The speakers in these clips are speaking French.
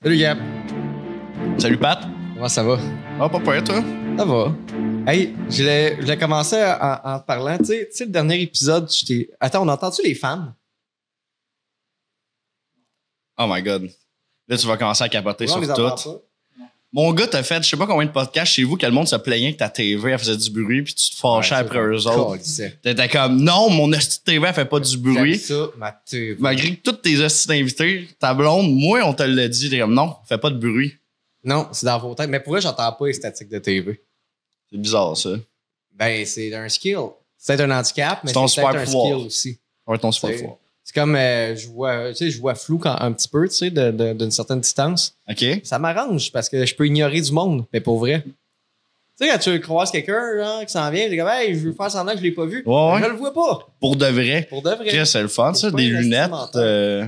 Salut Gap. Salut Pat. Comment ça va? Ah, pas peur, toi? Ça va. Hey, je l'ai- je l'ai commencé en, en te parlant. Tu sais, tu sais, le dernier épisode, je t'ai. Attends, on entend-tu les femmes? Oh my god. Là, tu vas commencer à capoter Ouais, on les sur entend tout. pas. Mon gars t'a fait, je sais pas combien de podcasts chez vous, que le monde se plaignait que ta TV, elle faisait du bruit, puis tu te fâchais Ouais, après ça, eux autres. Calissait. T'étais comme, non, mon hostie de TV, elle fait pas du J'aime bruit. ça, ma TV. Malgré que toutes tes hosties d'invités, ta blonde, moi, on te l'a dit. T'es comme, non, fais pas de bruit. Non, c'est dans vos têtes. Mais pourquoi j'entends pas les statiques de TV? C'est bizarre, ça. Ben, c'est un skill. C'est un handicap, mais C'est ton c'est peut-être super un pouvoir. skill aussi. Ouais, ton sport C'est- C'est comme euh, je vois, tu sais, je vois flou quand, un petit peu, tu sais, de- de- d'une certaine distance. OK? Ça m'arrange parce que je peux ignorer du monde, mais pour vrai. Tu sais, quand tu croises quelqu'un genre, qui s'en vient, tu comme Hey, je veux faire semblant que je l'ai pas vu. Ouais, ouais. Je le vois pas. Pour de vrai. Pour de vrai. Chris, c'est le fun, C'est ça. pas Des une hostie lunettes. mentale. euh,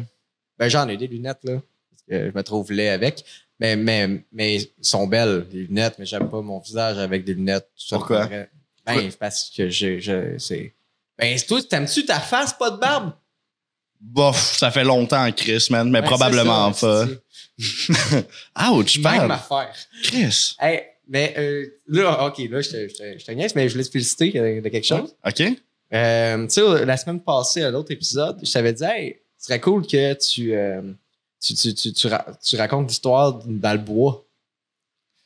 Ben j'en ai des lunettes là. Parce que je me trouve laid avec. Mais, mais, mais elles sont belles, les lunettes, mais j'aime pas mon visage avec des lunettes. Ça me Pourquoi? prendrait- Ben, Pourquoi? parce que je, je c'est. Ben, c'est toi, t'aimes-tu ta face, pas de barbe? Ben, Bof, ça fait longtemps, Chris, man, mais Ben, probablement c'est ça, pas. Ouch, c'est- Même Pat. affaire. Chris. Hey, mais euh, là, OK, là, je te, je te- je te niaise, mais je voulais te féliciter euh, de quelque chose. OK? Euh, tu sais, la semaine passée, à l'autre épisode, je t'avais dit, hey, ce serait cool que tu, euh, tu, tu, tu, tu ra- tu racontes l'histoire dans le bois.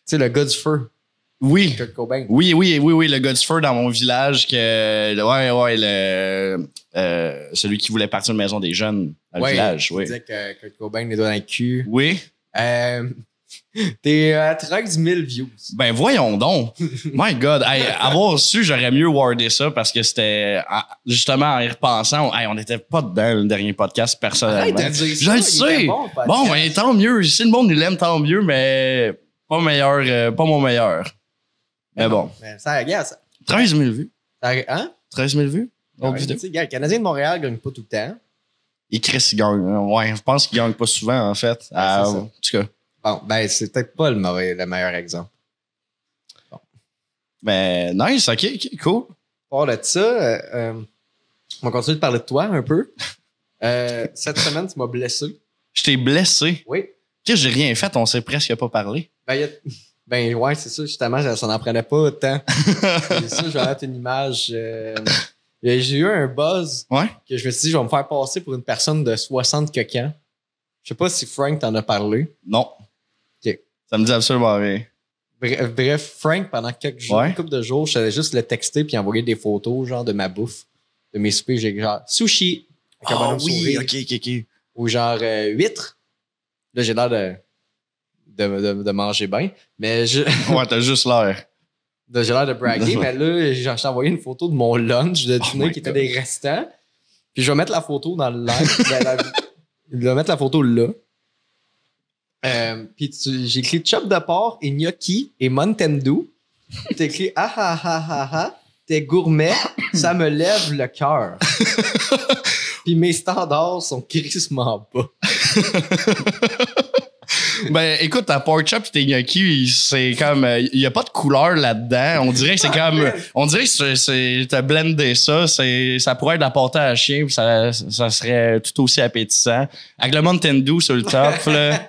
Tu sais, le gars du feu, Oui. Kurt Cobain. Oui, oui, oui, oui, le gars du feu dans mon village que. le- Ouais, ouais, le. euh, celui qui voulait partir de maison des jeunes dans Ouais, le village, Il oui. disait que Kurt Cobain les doigts dans le cul. Oui. Euh, T'es euh, à 13 000 views. Ben voyons donc. My God. Hey, avoir su, j'aurais mieux wardé ça parce que c'était ah, justement en y repensant, hey, on n'était pas dedans le dernier podcast Arrête personnellement. de dire Je ça, le il sais. était Bon, le podcast. bon, ben tant mieux. Si le monde il l'aime, tant mieux, mais pas meilleur, euh, pas mon meilleur. Mais bon. Mais ça, regarde, ça. 13 000 vues. ça- Hein? 13 000 vues. Autre Ouais, vidéo. tu sais, gars, le Canadien de Montréal gagne pas tout le temps. Et Chris, il gagne. Ouais, je pense qu'il gagne pas souvent, en fait. Ah, c'est ça. en tout cas. Bon, ben, c'est peut-être pas le, mauvais- le meilleur exemple. Mais nice, ok, ok, cool. Par de ça, euh, euh, on continue de parler de toi un peu. Euh, cette semaine, tu m'as blessé. Je t'ai blessé. Oui. Qu'est-ce que j'ai rien fait? On s'est presque pas parlé. Ben, il y a- ben, ouais, c'est ça, justement, ça ça n'en prenait pas tant. C'est ça, je vais mettre une image. euh, J'ai eu un buzz Ouais. que je me suis dit, je vais me faire passer pour une personne de 60 coquins. Je sais pas si Frank t'en a parlé. Non. Ok. Ça me dit absolument rien. Bref, bref, Frank, pendant quelques jours, Ouais. une couple de jours, je savais juste le texter puis envoyer des photos, genre de ma bouffe, de mes soupers. J'ai genre sushi. avec un Ah bonhomme sourire. ok, ok. ou genre euh, huîtres. Là, j'ai l'air de, de, de- de manger bien, mais je- Ouais, t'as juste l'air. de- j'ai l'air de braguer. mais là, j'ai j'ai envoyé une photo de mon lunch de Oh dîner my qui God. était des restants. Puis je vais mettre la photo dans le live. ben, la- je vais mettre la photo là. Euh, puis tu- j'ai écrit chop de porc et gnocchi et Mountain Dew. Puis T'as écrit ah ah ah ah ah, t'es gourmet, ça me lève le cœur. puis mes standards sont crissement bas. Ben, écoute, ta pork chop et tes gnocchi, il- c'est comme. euh, Il y a pas de couleur là-dedans. On dirait que c'est comme. On dirait que c'est- c'est. T'as blendé ça. c'est- Ça pourrait être de la pâte à chien, puis ça, ça serait tout aussi appétissant. Avec le Mountain Dew sur le top, là.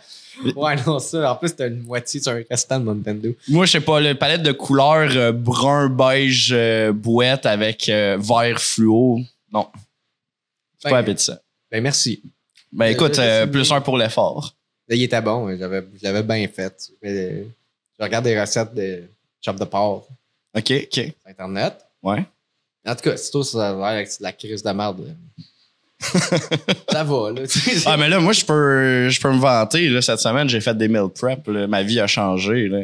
Ouais, non, ça. En plus, t'as une moitié sur un restant de Nintendo. Moi, je sais pas, le palette de couleurs euh, brun, beige, euh, bouette avec euh, vert fluo. Non, c'est pas ben, appétissant. ben, merci. Ben euh, écoute, je- euh, je- plus un pour l'effort. Là, il était bon. hein, J'avais, je l'avais bien fait. Mais, euh, je regarde des recettes de chop de porc OK, OK. sur Internet. Ouais. En tout cas, c'est tout ça a l'air avec de la crise de merde. ça va, là. tu sais. Ah, mais là, moi, je peux, je peux me vanter. Là, cette semaine, j'ai fait des meal prep. là. Ma vie a changé. Là.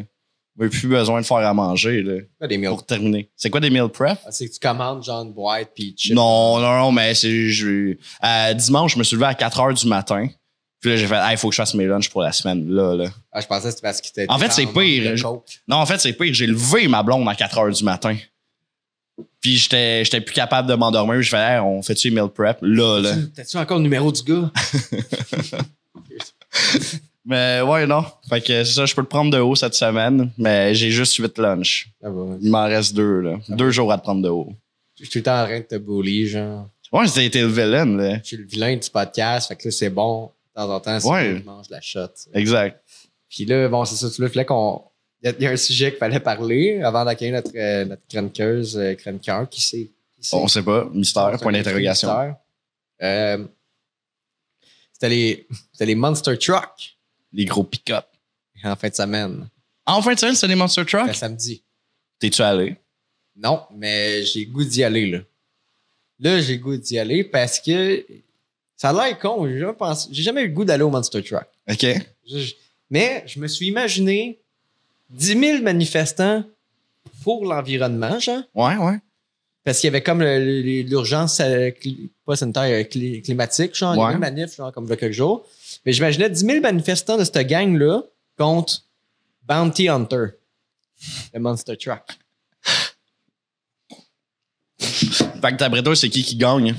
J'ai plus besoin de faire à manger là, Pas des meal. pour terminer. C'est quoi des meal prep? Ah, C'est que tu commandes genre une boîte puis tu chips. Non, non, non, mais c'est. je- à dimanche, je me suis levé à 4 h du matin. Puis là, j'ai fait, il faut que je fasse mes lunchs pour la semaine. Là, là. Ah, je pensais que c'était parce qu'il était. En fait, c'est en pire. manque de Je- coke. Non, en fait, c'est pire. J'ai levé ma blonde à 4 heures du matin. Puis j'étais j'étais plus capable de m'endormir. Je fais, Hey, on fait-tu les meal prep? Là, là. Tu- T'as-tu encore le numéro du gars? Mais ouais, non. Fait que c'est ça, je peux le prendre de haut cette semaine. Mais j'ai juste 8 lunchs. Ça va. Il m'en reste deux, là. Deux jours à te prendre de haut. Je suis tout le temps en train de te bully, genre. Ouais, c'était été le vilain, là. je suis le vilain du podcast, fait que là, c'est bon. temps en temps, si Ouais. je mange de la shot. tu sais. Exact. Puis là, bon, c'est ça, tu le fallait qu'on. Il y a- il y, a un sujet qu'il fallait parler avant d'accueillir notre, euh, notre chroniqueuse, euh, chroniqueur, qui sait. qui sait. On sait pas. Mystère, C'est point un d'interrogation. mystère. Euh, C'était les, c'était les Monster Truck Les gros pick-up. en fin de semaine, En fin de semaine, c'est les Monster le Truck? samedi. T'es-tu allé? Non, mais j'ai le goût d'y aller, là. Là, j'ai le goût d'y aller parce que ça a l'air con. J'ai jamais, pensé- j'ai jamais eu le goût d'aller au Monster Truck. OK. Je- je- mais je me suis imaginé 10 000 manifestants pour l'environnement, genre. Ouais, ouais. Parce qu'il y avait comme le- le- l'urgence euh, cli- pas sanitaire, euh, cli- climatique, genre, il y Ouais. avait une manif, genre, comme il y a quelques jours. Mais j'imaginais 10 000 manifestants de cette gang-là contre Bounty Hunter, le Monster Truck. Fait que d'après toi, c'est qui qui gagne?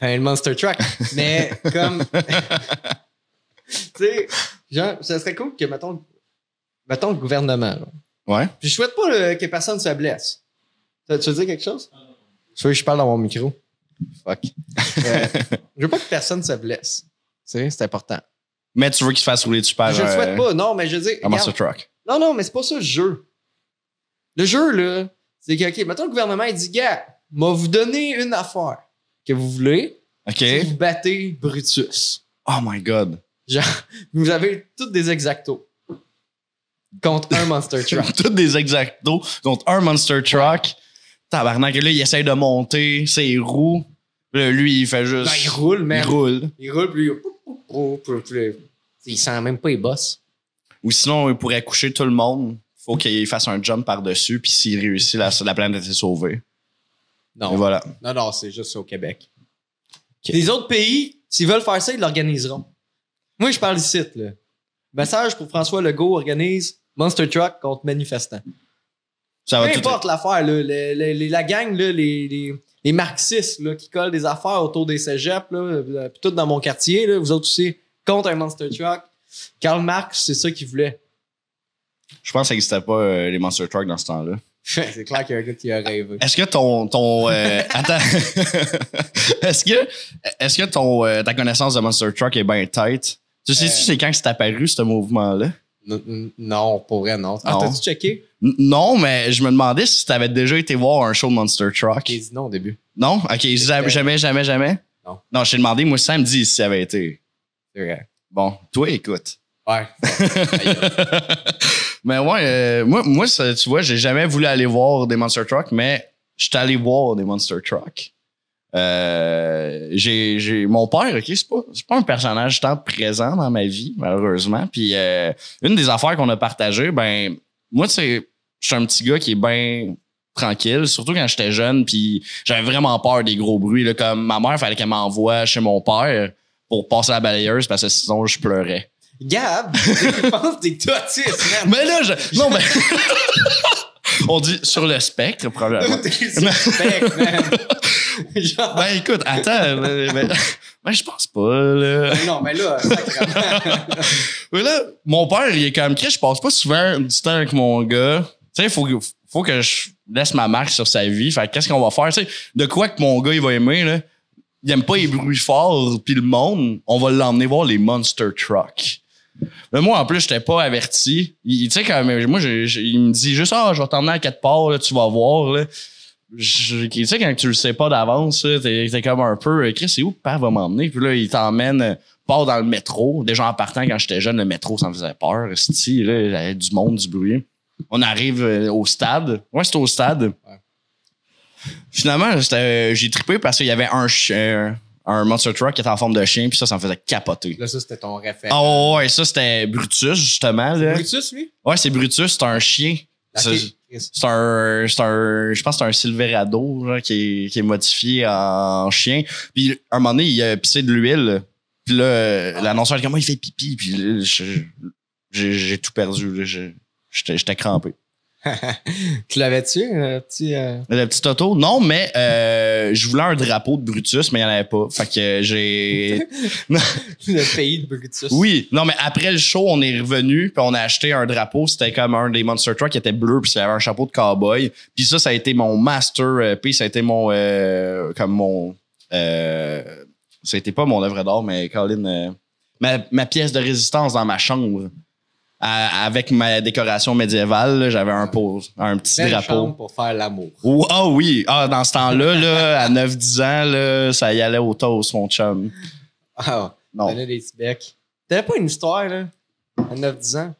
Ben, le Monster Truck. Mais comme. tu sais, genre, ça serait cool que, mettons, mettons le gouvernement. là. Ouais. Puis je souhaite pas là, que personne se blesse. Tu veux, tu veux dire quelque chose? Tu veux que je parle dans mon micro? Fuck. Euh, je veux pas que personne se blesse. Tu sais, c'est important. Mais tu veux qu'il se fasse rouler dessus par je le euh, souhaite pas, non, mais je veux dire. un regarde, Monster Truck. non, non, mais c'est pas Ah, ça le jeu. Le jeu, là, c'est que, OK, mettons le gouvernement, il dit, gars, m'a vous donner une affaire que vous voulez. OK. Si vous battez Brutus, Oh my God. vous avez toutes des exactos contre un Monster Truck. Toutes des exactos contre un Monster Truck. Tabarnak, là, il essaye de monter ses roues. Là, lui, il fait juste. Ben, il roule, mais Il roule. il roule, puis il- pou, pou, pou, pou, pou. il sent même pas les boss. Ou sinon, il pourrait coucher tout le monde. Faut qu'il fasse un jump par-dessus, puis s'il réussit, la, la planète est sauvée. Non, Et voilà. non, non, c'est juste au Québec. Les autres pays, s'ils veulent faire ça, ils l'organiseront. Moi, je parle ici, là. Message pour François Legault organise Monster Truck contre manifestants. Ça Peu va tout. importe l'affaire, là, les- les- les- la gang, là, les, les- les marxistes là, qui collent des affaires autour des cégeps, là, euh, puis tout dans mon quartier, là, vous autres aussi, contre un monster truck. Karl Marx, c'est ça qu'il voulait. Je pense que ça n'existait pas euh, les Monster Truck dans ce temps-là. c'est clair qu'il y a un gars qui a rêvé. Est-ce que ton. ton euh, attends. est-ce que, est-ce que ton, euh, ta connaissance de Monster Truck est bien tight? Tu sais-tu, Euh. c'est quand que c'est apparu, ce mouvement-là? N- n- Non, pour vrai, non. Ah, Non. t'as-tu checké? N- Non, mais je me demandais si tu avais déjà été voir un show de Monster Truck. Il dit non au début. Non? Ok, jamais, jamais, jamais, jamais? Non. Non, je t'ai demandé, moi, samedi, si ça avait été. C'est vrai. Bon, toi, écoute. Ouais. mais ouais, euh, moi, moi ça, tu vois, j'ai jamais voulu aller voir des Monster Truck, mais je suis allé voir des Monster Truck. Euh, j'ai, j'ai- mon père, ok, c'est pas, c'est pas un personnage tant présent dans ma vie, malheureusement. Puis euh, une des affaires qu'on a partagées, ben, moi, c'est, je suis un petit gars qui est bien tranquille, surtout quand j'étais jeune, puis j'avais vraiment peur des gros bruits. Là, comme ma mère, fallait qu'elle m'envoie chez mon père pour passer la balayeuse parce que sinon je pleurais. Gab, je pense que t'es tout autiste, man. Mais là, je. Non, mais. On dit sur le spectre, probablement. T'es suspect, man. Genre, Ben écoute, attends, mais, mais- mais je pense pas, là. non, mais là, euh, sacrément. Mais là, mon père, il est comme, Chris, je passe pas souvent du temps avec mon gars. Tu sais, faut, que- faut que je laisse ma marque sur sa vie. Fait que qu'est-ce qu'on va faire? Tu sais, de quoi que mon gars, il va aimer, là? Il aime pas les bruits forts puis le monde. On va l'emmener voir les Monster Truck. Là, moi, en plus, j'étais pas averti. Il, il- tu sais, quand même, moi, j'ai- j'ai- il me dit juste, ah, je vais t'emmener à quatre parts, là, tu vas voir, là. Je- tu sais, quand tu le sais pas d'avance, là, t'es t'es comme un peu, Chris, c'est où que père va m'emmener? Puis là, il t'emmène, euh, part dans le métro. Déjà, en partant, quand j'étais jeune, le métro, ça me faisait peur. Esti, là, il y avait du monde, du bruit. On arrive euh, au stade. Ouais, c'était au stade. Finalement, j'étais, euh, j'ai trippé parce qu'il y avait un chien, un monster truck qui était en forme de chien, puis ça, ça me faisait capoter. Là, ça, c'était ton référent. Oh ouais, ça c'était Brutus justement là. Brutus, lui? Ah, Ouais, c'est Brutus, c'est un chien. Ok, C'est Chris. c'est un, c'est un, je pense que c'est un Silverado genre, qui, est, qui est modifié en chien. Puis à un moment donné, il a pissé de l'huile. Puis là, euh, l'annonceur est comme, Ah, il fait pipi. Puis là, je- j'ai j'ai tout perdu. là. Je- J'étais j'étais crampé. Tu l'avais-tu, euh, petit. euh, Le petit auto, non, mais euh, je voulais un drapeau de Brutus, mais il n'y en avait pas. Fait que j'ai le pays de Brutus. Oui, non, mais après le show, on est revenu, puis on a acheté un drapeau. C'était comme un des Monster Truck qui était bleu, puis il avait un chapeau de cowboy. Puis ça, ça a été mon master euh, piece, ça a été mon. euh, comme mon. Euh, ça a été pas mon œuvre d'art, mais Colin. euh, ma, ma pièce de résistance dans ma chambre. À- avec ma décoration médiévale, là, j'avais un pose, un petit Belle drapeau. chambre pour faire l'amour. Ou- Ah oui, ah, dans ce temps-là, là, à 9-10 ans, là, ça y allait au toast, mon chum. Ah, Non. donnait des petits becs. T'avais pas une histoire, là, à 9-10 ans?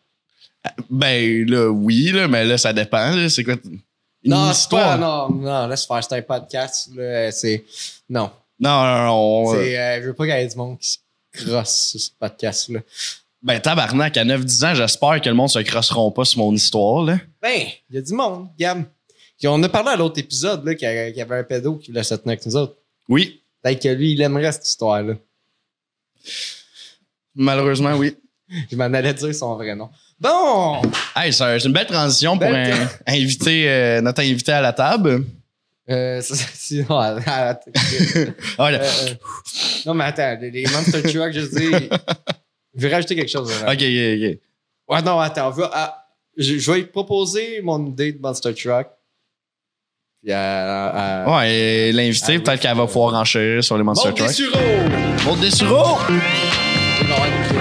Ben là, oui, là, mais là, ça dépend. là. C'est quoi? t- Une non, c'est pas, histoire? non, non, laisse faire, c'est un podcast, là, c'est... Non, non, non, non, on- c'est, euh, je veux pas qu'il y ait du monde qui se crosse sur ce podcast-là. Ben tabarnak, à 9-10 ans, j'espère que le monde se crosseront pas sur mon histoire. Là. Ben, il y a du monde, Gab. Puis on a parlé à l'autre épisode, là, qu'il y a- qu'il y avait un pédo qui voulait se tenir avec nous autres. Oui, Peut-être que lui, il aimerait cette histoire-là. malheureusement, oui. Je m'en allais dire son vrai nom. Bon! Hey, c'est un- c'est une belle transition pour Belle un- inviter, euh, notre invité à la table. Euh, ça, ça, c'est- non, attends. Ah, là. Euh, euh, non, mais attends, les, les Monster Truck, je dis. Je vais rajouter quelque chose. avant. ok, ok, ok. Ouais, non, attends. on va- ah, je, je vais lui proposer mon idée de Monster Truck. Puis euh, à. à- à- Ouais, et Ah l'invité, oui. peut-être qu'elle va pouvoir enchérir sur les Monster Monte des Truck. sureaux! Il Monte des sureaux! va y avoir une clé.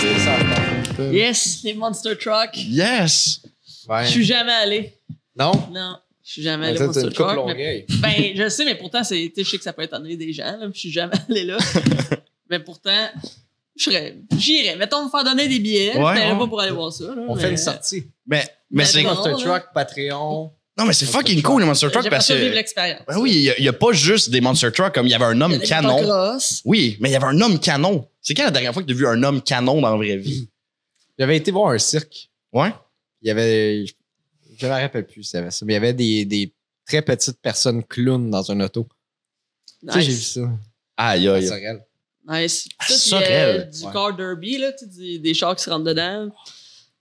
C'est ça, Euh, Yes, les Monster Truck. Yes! Ouais. Je suis jamais allé. Non? Non, je suis jamais Mais allé ça, au c'est Monster une coupe hein. Truck. mais- longueuil. Ben, je sais, mais pourtant, c'est, tu sais, je sais que ça peut étonner des gens. Là, puis je suis jamais allé là. mais pourtant, je serais- j'irais. Mettons me faire donner des billets. Ouais, je paierais ouais. pas pour aller voir ça. là, On mais- fait une sortie. Mais, mais Ben, c'est. non. Monster là. Truck, Patreon. Non, mais Monster c'est fucking Truck. cool, les Monster Truck, J'aimerais parce ça vivre que. l'expérience. Ben oui, il n'y a, pas juste des Monster Truck, comme il y avait un Il y a homme des canon. motocross. Oui, mais il y avait un homme canon. C'est quand la dernière fois que tu as vu un homme canon dans la vraie vie? J'avais été voir un cirque. Ouais? Il y avait. Je je me rappelle plus si avait ça, mais il y avait des, des très petites personnes clowns dans un auto. Tu sais, j'ai vu Nice. ça. Aïe, à aïe. Sorel. Nice. Ah, Ça, puis, ça, euh, réel. du Ouais. car derby, là, tu sais, des, des chars qui se rentrent dedans.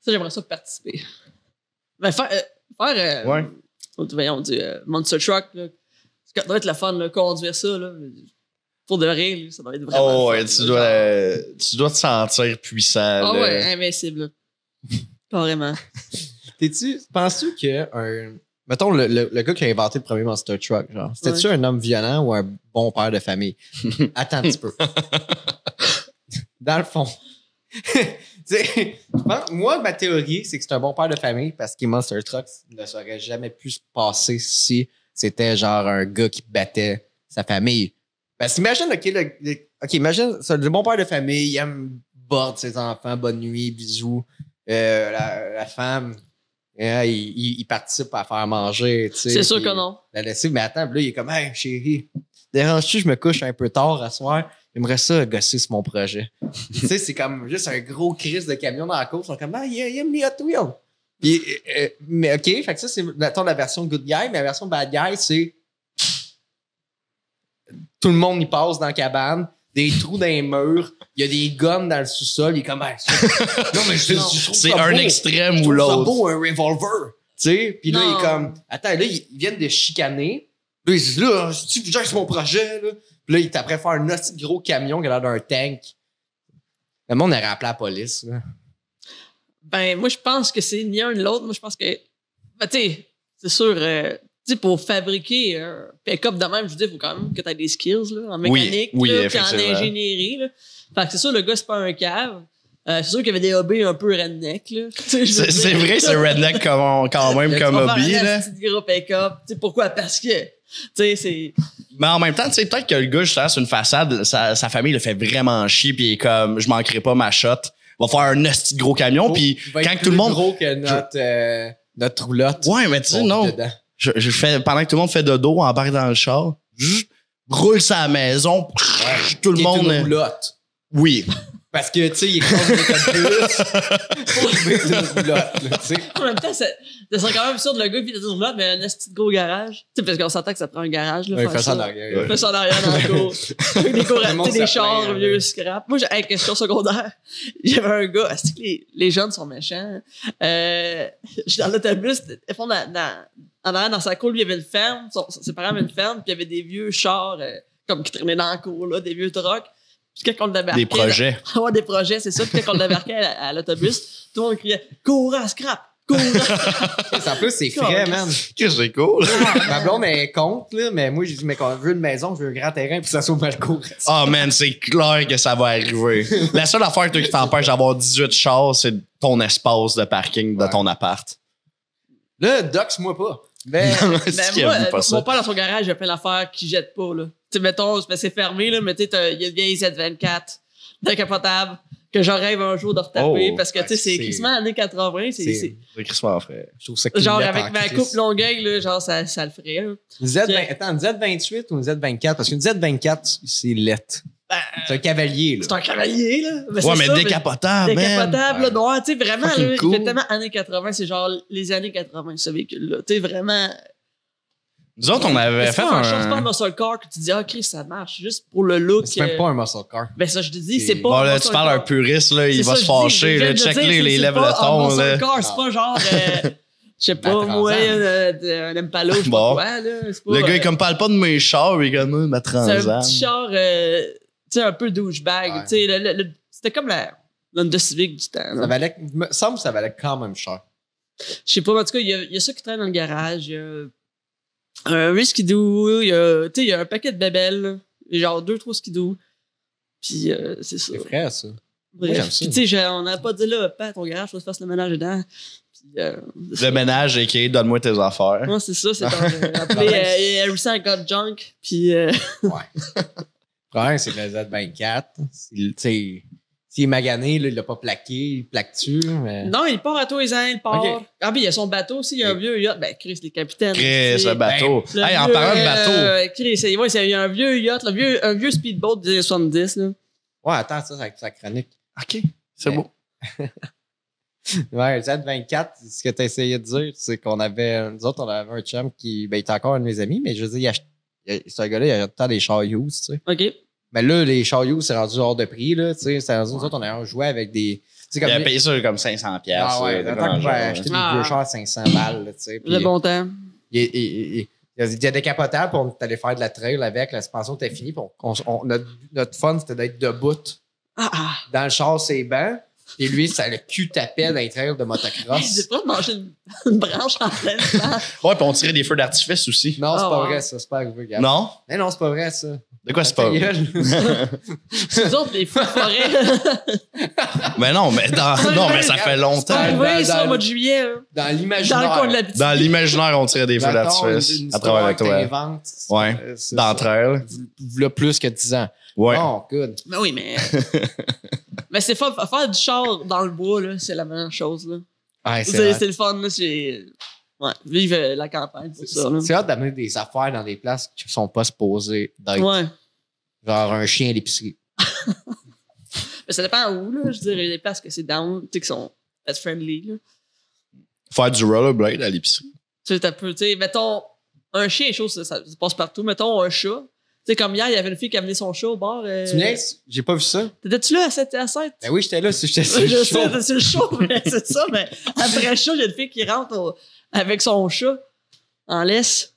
Ça, j'aimerais ça participer. Mais faire. euh, faire euh, Ouais. du- voyons, du euh, Monster Truck, là. Ça doit être le fun, là, conduire ça, là. Pour de vrai, là, ça doit être vraiment. Oh, le ouais, fun, tu là, dois, genre. euh, tu dois te sentir puissant. Ah là. ouais, invincible, là. Carrément. T'es-tu. Penses-tu que un. Mettons, le, le- le gars qui a inventé le premier Monster Truck, genre, c'était-tu un homme violent ou un bon père de famille? Attends un petit peu. Dans le fond. Tu sais, je pense- moi, ma théorie, c'est que c'est un bon père de famille parce que Monster Truck ne serait jamais pu se passer si c'était genre un gars qui battait sa famille. Parce qu'imagine, OK, le- le- ok, imagine, c'est le bon père de famille, il aime borde ses enfants, bonne nuit, bisous. Euh, la, la femme, euh, il, il- il participe à faire manger. tu sais, C'est sûr puis- que non. la lessive, mais attends, puis là, il est comme, hey, chérie, dérange-tu, je me couche un peu tard à soir, j'aimerais ça gosser sur mon projet. tu sais, c'est comme juste un gros crise de camion dans la course, on est comme, ah, il, il aime les Hot Wheels. Puis, euh, mais OK, fait que ça, c'est mettons, la version good guy, mais la version bad guy, c'est tout le monde y passe dans la cabane, des trous dans les murs, il y a des gommes dans le sous-sol, il est comme, Hey, ça- non, mais je- je trouve C'est ça un beau. extrême Je ou trouve ça hein, l'autre. beau, un revolver. Tu sais, puis là, il Non. est comme. Attends, là, ils ils viennent de chicaner. Là, ils disent, là, si tu gères sur mon projet, là. Puis là, il t'apprête faire un aussi gros camion qui a l'air d'un tank. Le monde aurait appelé la police, là. Ben, moi, je pense que c'est ni un ni l'autre. Moi, je pense que. Ben, tu sais, c'est sûr, euh, tu sais, pour fabriquer un pick-up de même, je veux dire, il faut quand même que tu aies des skills, là, en Oui, mécanique, oui, là, puis en effectivement. ingénierie, là. Fait que c'est sûr, le gars, c'est pas un cave. Euh, c'est sûr qu'il y avait des hobbies un peu redneck, là. Tu sais, je veux C'est c'est dire. vrai, c'est redneck comme on- quand même Tu comme vas faire hobby. un Là. esti de gros pick-up. Tu sais, pourquoi? Parce que, tu sais, c'est. Mais en même temps, tu sais, peut-être que le gars, justement, sur une façade, sa, sa famille le fait vraiment chier, puis il est comme, je manquerai pas ma shot. Va faire un esti de gros Oh, camion, Oh, puis Il va être quand que plus tout le monde. gros que notre, euh, notre roulotte. Ouais, mais tu sais, Bon, non. dedans. Je, je fais, pendant que tout le monde fait de dos, embarque dans le char, zzz, roule sa maison, tout le Qui est monde. Une roulotte. Oui. Parce que, tu sais, il est comme de pour lever une roulotte, là, tu sais. En même temps, ça, ça serait quand même sûr de le gars qui vit dans une roulotte, mais un esti de gros garage. Tu sais, parce qu'on s'entend que ça prend un garage, là. Ouais, il faire fait ça en ça. arrière. Fais ça en arrière dans le cours. Avec des cours Tout le monde tu sais, des s'appelait, chars, hein. vieux scrap. Moi, j'ai, hey, question secondaire. J'avais un gars, est-ce que les, les jeunes sont méchants? Euh, je suis dans l'autobus, ils font dans, dans- en arrière dans sa cour, lui, il y avait une ferme, son- ses parents avaient une ferme, puis il y avait des vieux chars, euh, comme qui traînaient dans la cour, là, des vieux trucks. Puis quand on le débarquait, Des projets. avoir des projets, c'est ça. Puis quand on débarquait à, à l'autobus, tout le monde criait Courant, scrap! Cool. En plus, c'est frais, man. que c'est cool. Ma blonde elle est contre, là, mais moi, j'ai dit, mais quand on veut une maison, je veux un grand terrain, puis ça sauve mal court. Ah, man, c'est clair que ça va arriver. La seule affaire, toi, qui t'empêche d'avoir 18 chars, c'est ton espace de parking de Ouais. ton appart. Là, dox-moi pas. Ben, Est-ce qu'il Ben, y moi, a pas euh, mon ça? père, dans son garage, il y a plein d'affaires qui jettent pas, là. Tu sais, mettons, c'est- c'est fermé, là, mais tu sais, t'as- il y a une vieille Z24 décapotable que j'en rêve un jour de retaper Oh, parce que, tu sais, ouais, c'est c'est- quasiment années 80. c'est- c'est- c'est- C'est crissement frais. Ben, je trouve ça cute. Genre, avec ma coupe longueuil, là, genre, ça, ça le ferait, là. Z20, attends, une Z28 ou une Z24? Parce qu'une Z24, c'est lette. Ben, C'est un cavalier, c'est là. un cavalier, là. Ben, ouais, c'est mais ça, décapotable, man. Décapotable, là, noir, tu sais, vraiment, Fucking là, il cool. fait tellement années 80, c'est genre les années 80, ce véhicule-là. Tu sais, vraiment. Nous autres, on avait C'est fait pas un changement un... de muscle car que tu dis, ah, Chris, ça marche, juste pour le look. C'est même euh, pas un muscle car. Ben, ça, je te dis, c'est C'est- pas. Bon, là, muscle tu parles à un car. puriste, là, C'est il va ça, se je dis, fâcher, je viens là, de check dire, c'est- les c'est lèvres pas le ton, un là. muscle car, c'est pas genre. euh, Je sais pas, Matrasan. moi, euh, euh, un Impala, je sais pas Bon. quoi, là. c'est pas, Le gars, euh, il comme parle pas de mes chars, il est comme, euh, ma C'est un transam. petit char, euh, tu sais, un peu douchebag. Ouais. tu sais, le- le- le- C'était comme la. L'Honda Civic du temps. là. Ça valait, me semble que ça valait quand même cher. Je sais pas, mais en tout cas, il y, a- il y a ça qui traîne dans le garage. Il y a un vieux skidoo, il y a, tu sais, il y a un paquet de babelles, là. genre deux, trois skidoos. Puis euh, c'est ça. C'est frais, ça. Bref. j'aime ça. Puis, tu sais, j'ai- on n'a pas dit là, pas ton garage, faut que tu fasses le ménage dedans. Puis, euh, Le ménage, a.k.a. donne-moi tes affaires. moi, c'est ça, c'est dans- appelé euh, Harrison I Got Junk. Puis, euh, Le problème, c'est que le Z24, c'est- tu sais, s'il est magané, là, il l'a pas plaqué, il plaque-tu, mais... non, il part à tous les ans, il part. Ok. Ah, puis il y a son bateau aussi, il y a un vieux yacht. Ben, Chris, les capitaines. Chris, c'est- Ben, le bateau. Le Hey, en vieux, parlant de bateau, euh, Chris, il ouais, c'est- il y a un vieux yacht, le vieux, un vieux speedboat des années 70. Là. Ouais, attends, ça, c'est sa chronique. OK, c'est beau. Ouais, Z24, ce que tu essayé de dire, c'est qu'on avait, nous autres, on avait un chum qui, ben, il était encore un de mes amis, mais je veux dire, il ach- il- ce gars-là, il achète tout le temps des chars used, tu sais. OK. Mais là, les chariots, c'est rendu hors de prix. Là, tu sais, c'est rendu, nous autres, on a joué avec des. Tu sais, comme. Il a payé ça comme 500 pièces. ah ouais, dans le temps qu'on pouvait ben, acheter des Ah. vieux chars à 500 balles. Là, tu sais, puis euh, Le bon temps. il, il, il, il- il y a des capotables, puis on est allé faire de la trail avec. La suspension était finie. Puis on- on- on- notre, notre fun, c'était d'être debout Ah, ah. dans le char, c'est bancs. Et lui, ça le cul tapait dans les trails de J'ai Ah, motocross. pas mangé une, une branche en pleine temps. Ouais, puis on tirait des feux d'artifice aussi. Non, c'est Ah pas ouais. vrai, ça. C'est pas arrivé, regarde. Non? Mais non, c'est pas vrai, ça. De quoi c'est pas? Ta gueule. Nous autres, les fous de forêt. Mais Ben non, mais dans- non, mais ça fait C'est longtemps. arrivé, dans- ça, au dans- mois de juillet. là. Dans Dans le l'imaginaire. coin de la petite. Dans l'imaginaire, on tirait des feux Mettons, d'artifice une- une à travers histoire que toi. t'inventes, Ouais. euh, c'est ça. D'entre elles. V'là plus que 10 ans. Ouais. Oh, good. Mais Ben oui, mais. mais c'est fun. Faire du char dans le bois, là, c'est la meilleure chose. Là. Ouais, C'est, c'est c'est le fun. Là, c'est... Ouais, vive euh, la campagne, c'est ça. Là. c'est hâte d'amener des affaires dans des places qui sont pas supposées d'être. Ouais. Genre un chien à l'épicerie. Mais ça dépend où, là. Je dirais, les places que c'est down, tu sais, qui sont pet friendly. Là. Faire du rollerblade à l'épicerie. Tu sais, t'as peu, tu sais, mettons, un chien, chose, ça, ça passe partout. Mettons, un chat. Tu sais, comme hier, il y avait une fille qui a amené son chat au bar. euh, Tu me laisses? J'ai pas vu ça. T'étais-tu là à 7 à 7? Ben oui, j'étais là. si J'étais sur le show. je sais, c'est- c'est le show, mais c'est ça. Mais après le show, il y a une fille qui rentre au- avec son chat en laisse.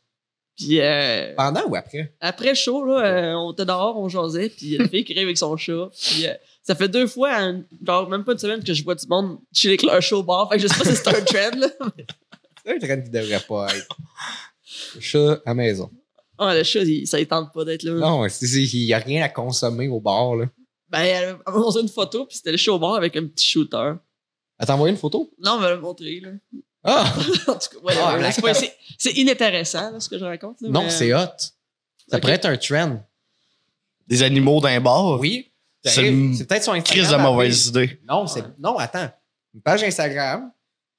Puis euh, Pendant ou après? après le show, là, euh, on était dehors, on jasait. Puis il y a une fille qui arrive avec son chat. Puis euh, ça fait deux fois, en- genre même pas une semaine, que je vois du monde chiller avec leur chat au bar. Fait que je sais pas si c'est un trend. Là. C'est un train qui devrait pas être. Chat à maison. Ah, le chat, il- ça ne tente pas d'être là. Non, c'est- c'est- il n'y a rien à consommer au bar. Là. Ben, elle m'a montré une photo, puis c'était le chat au bar avec un petit shooter. Elle t'a envoyé une photo? Non, on va le montrer, là. Ah! en tout cas, whatever, Ah, là, la c'est pas- c'est- c'est inintéressant, là, ce que je raconte. là, Non, mais- c'est hot. Ça Ok. pourrait être un trend. Des animaux d'un bar. Oui. C'est une C'est peut-être son Instagram. Crise de après. mauvaise idée. Non, c'est. Non, attends. Une page Instagram.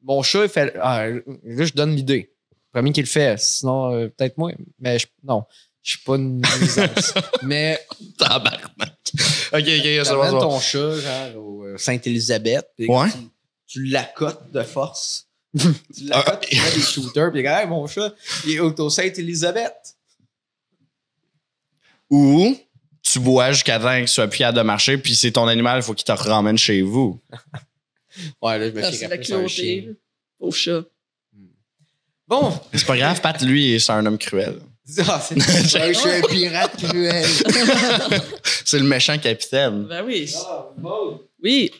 Mon chat, il fait. ah, là, je donne l'idée. Premier qu'il le fait. Sinon, euh, peut-être moi. Mais je- non, je suis pas une nuisance. mais Tabarnak. OK, OK, c'est bon, c'est t'amènes bon. ton chat, genre, au euh, Sainte-Élisabeth. puis Ouais. Tu, tu l'accotes de force. tu l'accotes, tu mets des shooters. Puis, hey, mon chat, il est au Sainte-Élisabeth. Ou tu bois jusqu'à temps qu'il soit plus capable de marcher, puis c'est ton animal, il faut qu'il te ramène chez vous. Ouais, là, je me Ah, suis C'est la rappelé un cruauté, chien. là. Pauvre chat. Bon, C'est pas grave, Pat, lui, c'est un homme cruel. Ah, c'est- je suis un pirate cruel. C'est le méchant capitaine. Ben oui. Ah, Maud, Oui.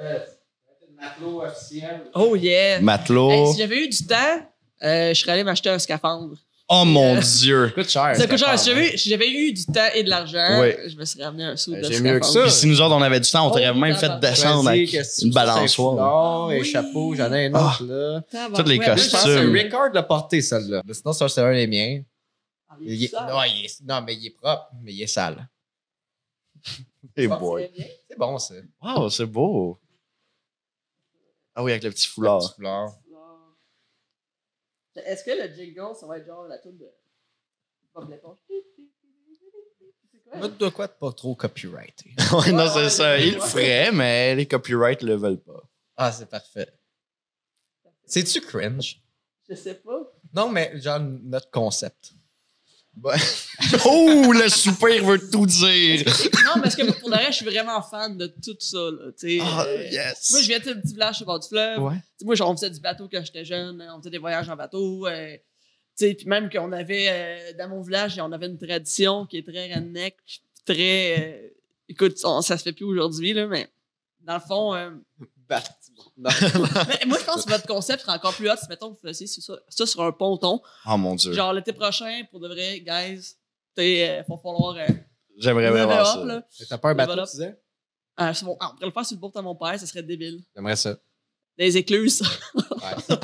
euh, c'est une matelot officiel. Oh yeah! Hey, Matelot. si j'avais eu du temps, euh, je serais allé m'acheter un scaphandre. Oh Euh, mon dieu. coûte cher. Ça coûte cher. Si j'avais, si j'avais eu du temps et de l'argent, Ouais. je me serais ramené un sou de Ben, Euh, j'ai scaphandre. mieux que ça. Puis si nous autres, on avait du temps, on t'aurait Oh, même fait tabarnak. descendre avec une balançoire. Non, Ah et oui. chapeau, j'en ai un autre là. Tabarouette. Toutes les Là, je pense Costume. que Ricard l'a porté, celle-là. Mais Sinon, ça, c'est un des miens. Ah, Il est- sale. non, il est- non, mais il est propre, mais il est sale. Eh Ah, boy. c'est bien. C'est bon, ça. Wow, c'est beau. Ah oui, avec le petit Le foulard. petit foulard. Est-ce que le jingle, ça va être genre la toune de Bob l'éponge? C'est quoi? Mode de quoi de pas trop copyright. Ouais, non, c'est Ouais, ça. ouais, Il le ouais. ferait, mais les copyrights le veulent pas. Ah, c'est parfait. C'est-tu cringe? Je sais pas. Non, mais genre notre concept. Oh, le soupir veut tout dire. Non, parce que pour le reste, je suis vraiment fan de tout ça. Là, tu sais. Ah, Euh, Moi, je yes. viens d'un petit village au bord du fleuve. Ouais. Tu sais, Moi, genre, on faisait du bateau quand j'étais jeune. hein, On faisait des voyages en bateau. euh, tu sais, puis même qu'on avait, euh, dans mon village, on avait une tradition qui est très redneck, puis très... euh, écoute, on- ça se fait plus aujourd'hui, là, mais dans le fond... euh, Non. mais moi, je pense que votre concept serait encore plus hot si, mettons, vous faisiez ça, ça sur un ponton. Oh mon dieu. Genre, l'été prochain, pour de vrai, guys, tu sais, euh, faut falloir... euh, J'aimerais bien level voir up, ça. là. T'as pas un bateau, Voilà. tu disais? Euh, c'est bon, ah, on pourrait le faire sur le bout de mon père, ça serait débile. J'aimerais ça. Des écluses. Ouais.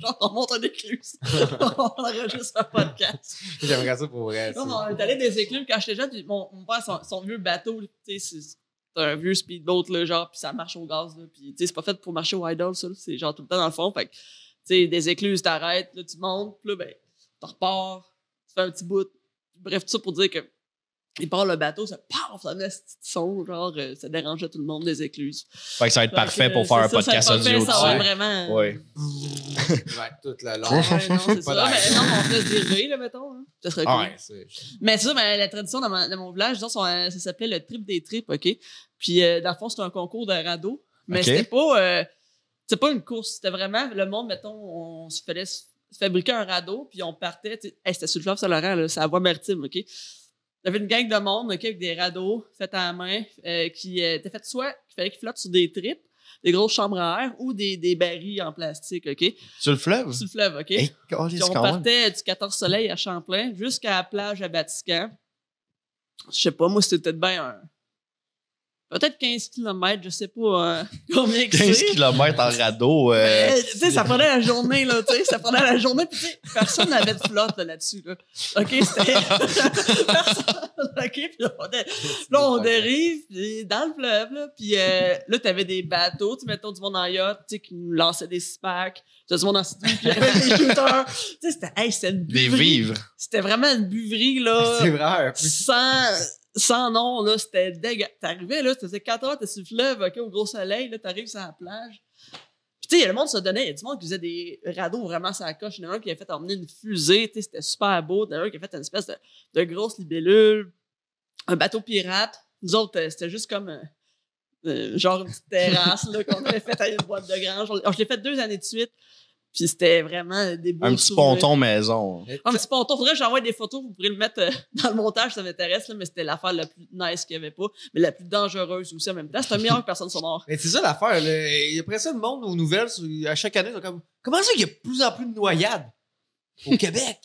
Genre, on monte un écluse. on enregistre un podcast. J'aimerais ça pour vrai. Non, ça. mais on est allé des écluses quand j'étais jeune. puis Mon, mon père, son, son vieux bateau, là, tu sais, c'est c'est un vieux speedboat, là, genre, puis ça marche au gaz. Là, puis, tu sais, c'est pas fait pour marcher au idle, ça. là, C'est genre tout le temps dans le fond. Fait que, tu sais, des écluses, t'arrêtes, là, tu montes, puis là, ben, tu repars, tu fais un petit bout. Bref, tout ça pour dire que. Il part le bateau, ça paf, ça met un petit son, genre, euh, ça dérangeait tout le monde des écluses. Fait que ça va être Fait parfait que, pour faire c'est un ça, podcast ça va être audio parfait, Ça va dessus. être vraiment. Ouais. Ouais, tout le long. Ah ouais, non, c'est Pas ça. Ah, d'air. mais non, mais on peut se diriger, là, mettons. hein. Ça serait cool. Ah ouais, c'est. Mais ça, ben, la tradition dans, ma- dans mon village, disons, ça, ça s'appelait le trip des tripes, OK? Puis, euh, dans le fond, c'était un concours de radeau. Mais OK. c'était pas... euh, c'était pas une course. C'était vraiment... Le monde, mettons, on se faisait se fabriquer un radeau, puis on partait... tu sais, Hey, c'était sur le fleuve Saint-Laurent, là, c'est la voie maritime, OK? Il y avait une gang de monde, OK, avec des radeaux faits à la main, euh, qui euh, étaient faits soit... qu'il fallait qu'ils flottent sur des tripes, des grosses chambres à air, ou des, des barils en plastique, OK? Sur le fleuve? Sur le fleuve, OK? Eh, câlisse, Puis on quand même. partait du 14 Soleil à Champlain jusqu'à la plage à Vatican. Je sais pas, moi, c'était peut-être bien un. Peut-être 15 km, je sais pas euh, combien que 15 c'est. km en radeau. euh, Mais, tu sais, ça prenait la journée, là, tu sais, ça prenait la journée, puis tu sais, personne n'avait de flotte là, là-dessus, là. OK, c'était... personne, OK, puis là, on, dé- là, on dérive, puis dans le fleuve, là, puis euh, là, t'avais des bateaux, tu sais, mettons du monde en yacht, tu sais, qui nous lançait des six-packs, t'avais du monde en six puis il y avait des shooters, tu sais, c'était... Hey, c'était Des une Ah, buverie. vivres. C'était vraiment une buverie, là C'est vrai. sans, sans nom, là, c'était dégueu. T'arrivais, là, c'était 4 heures, t'es sur le fleuve, OK, au gros soleil, là, t'arrives sur la plage. Puis, tu sais, le monde se donnait, il y a du monde qui faisait des radeaux vraiment sur la coche. Il y en a un qui a fait emmener une fusée, tu sais, c'était super beau. Il y en a un qui a fait une espèce de, de grosse libellule, un bateau pirate. Nous autres, euh, c'était juste comme... euh, euh, genre une petite terrasse là, qu'on avait faite à une boîte de grange. On- Je l'ai fait deux années de suite. Puis c'était vraiment des beaux Un petit souvenirs. ponton maison. Un petit ponton. Faudrait que j'envoie des photos. Vous pourrez le mettre euh, dans le montage, ça m'intéresse, là, mais c'était l'affaire la plus nice qu'il y avait pas, mais la plus dangereuse aussi en même temps. C'est un meilleur que personne soit mort. Mais c'est ça l'affaire. là. Et Après ça, le monde aux nouvelles, sur- à chaque année, ils sont comme Comment ça qu'il y a de plus en plus de noyades au Québec?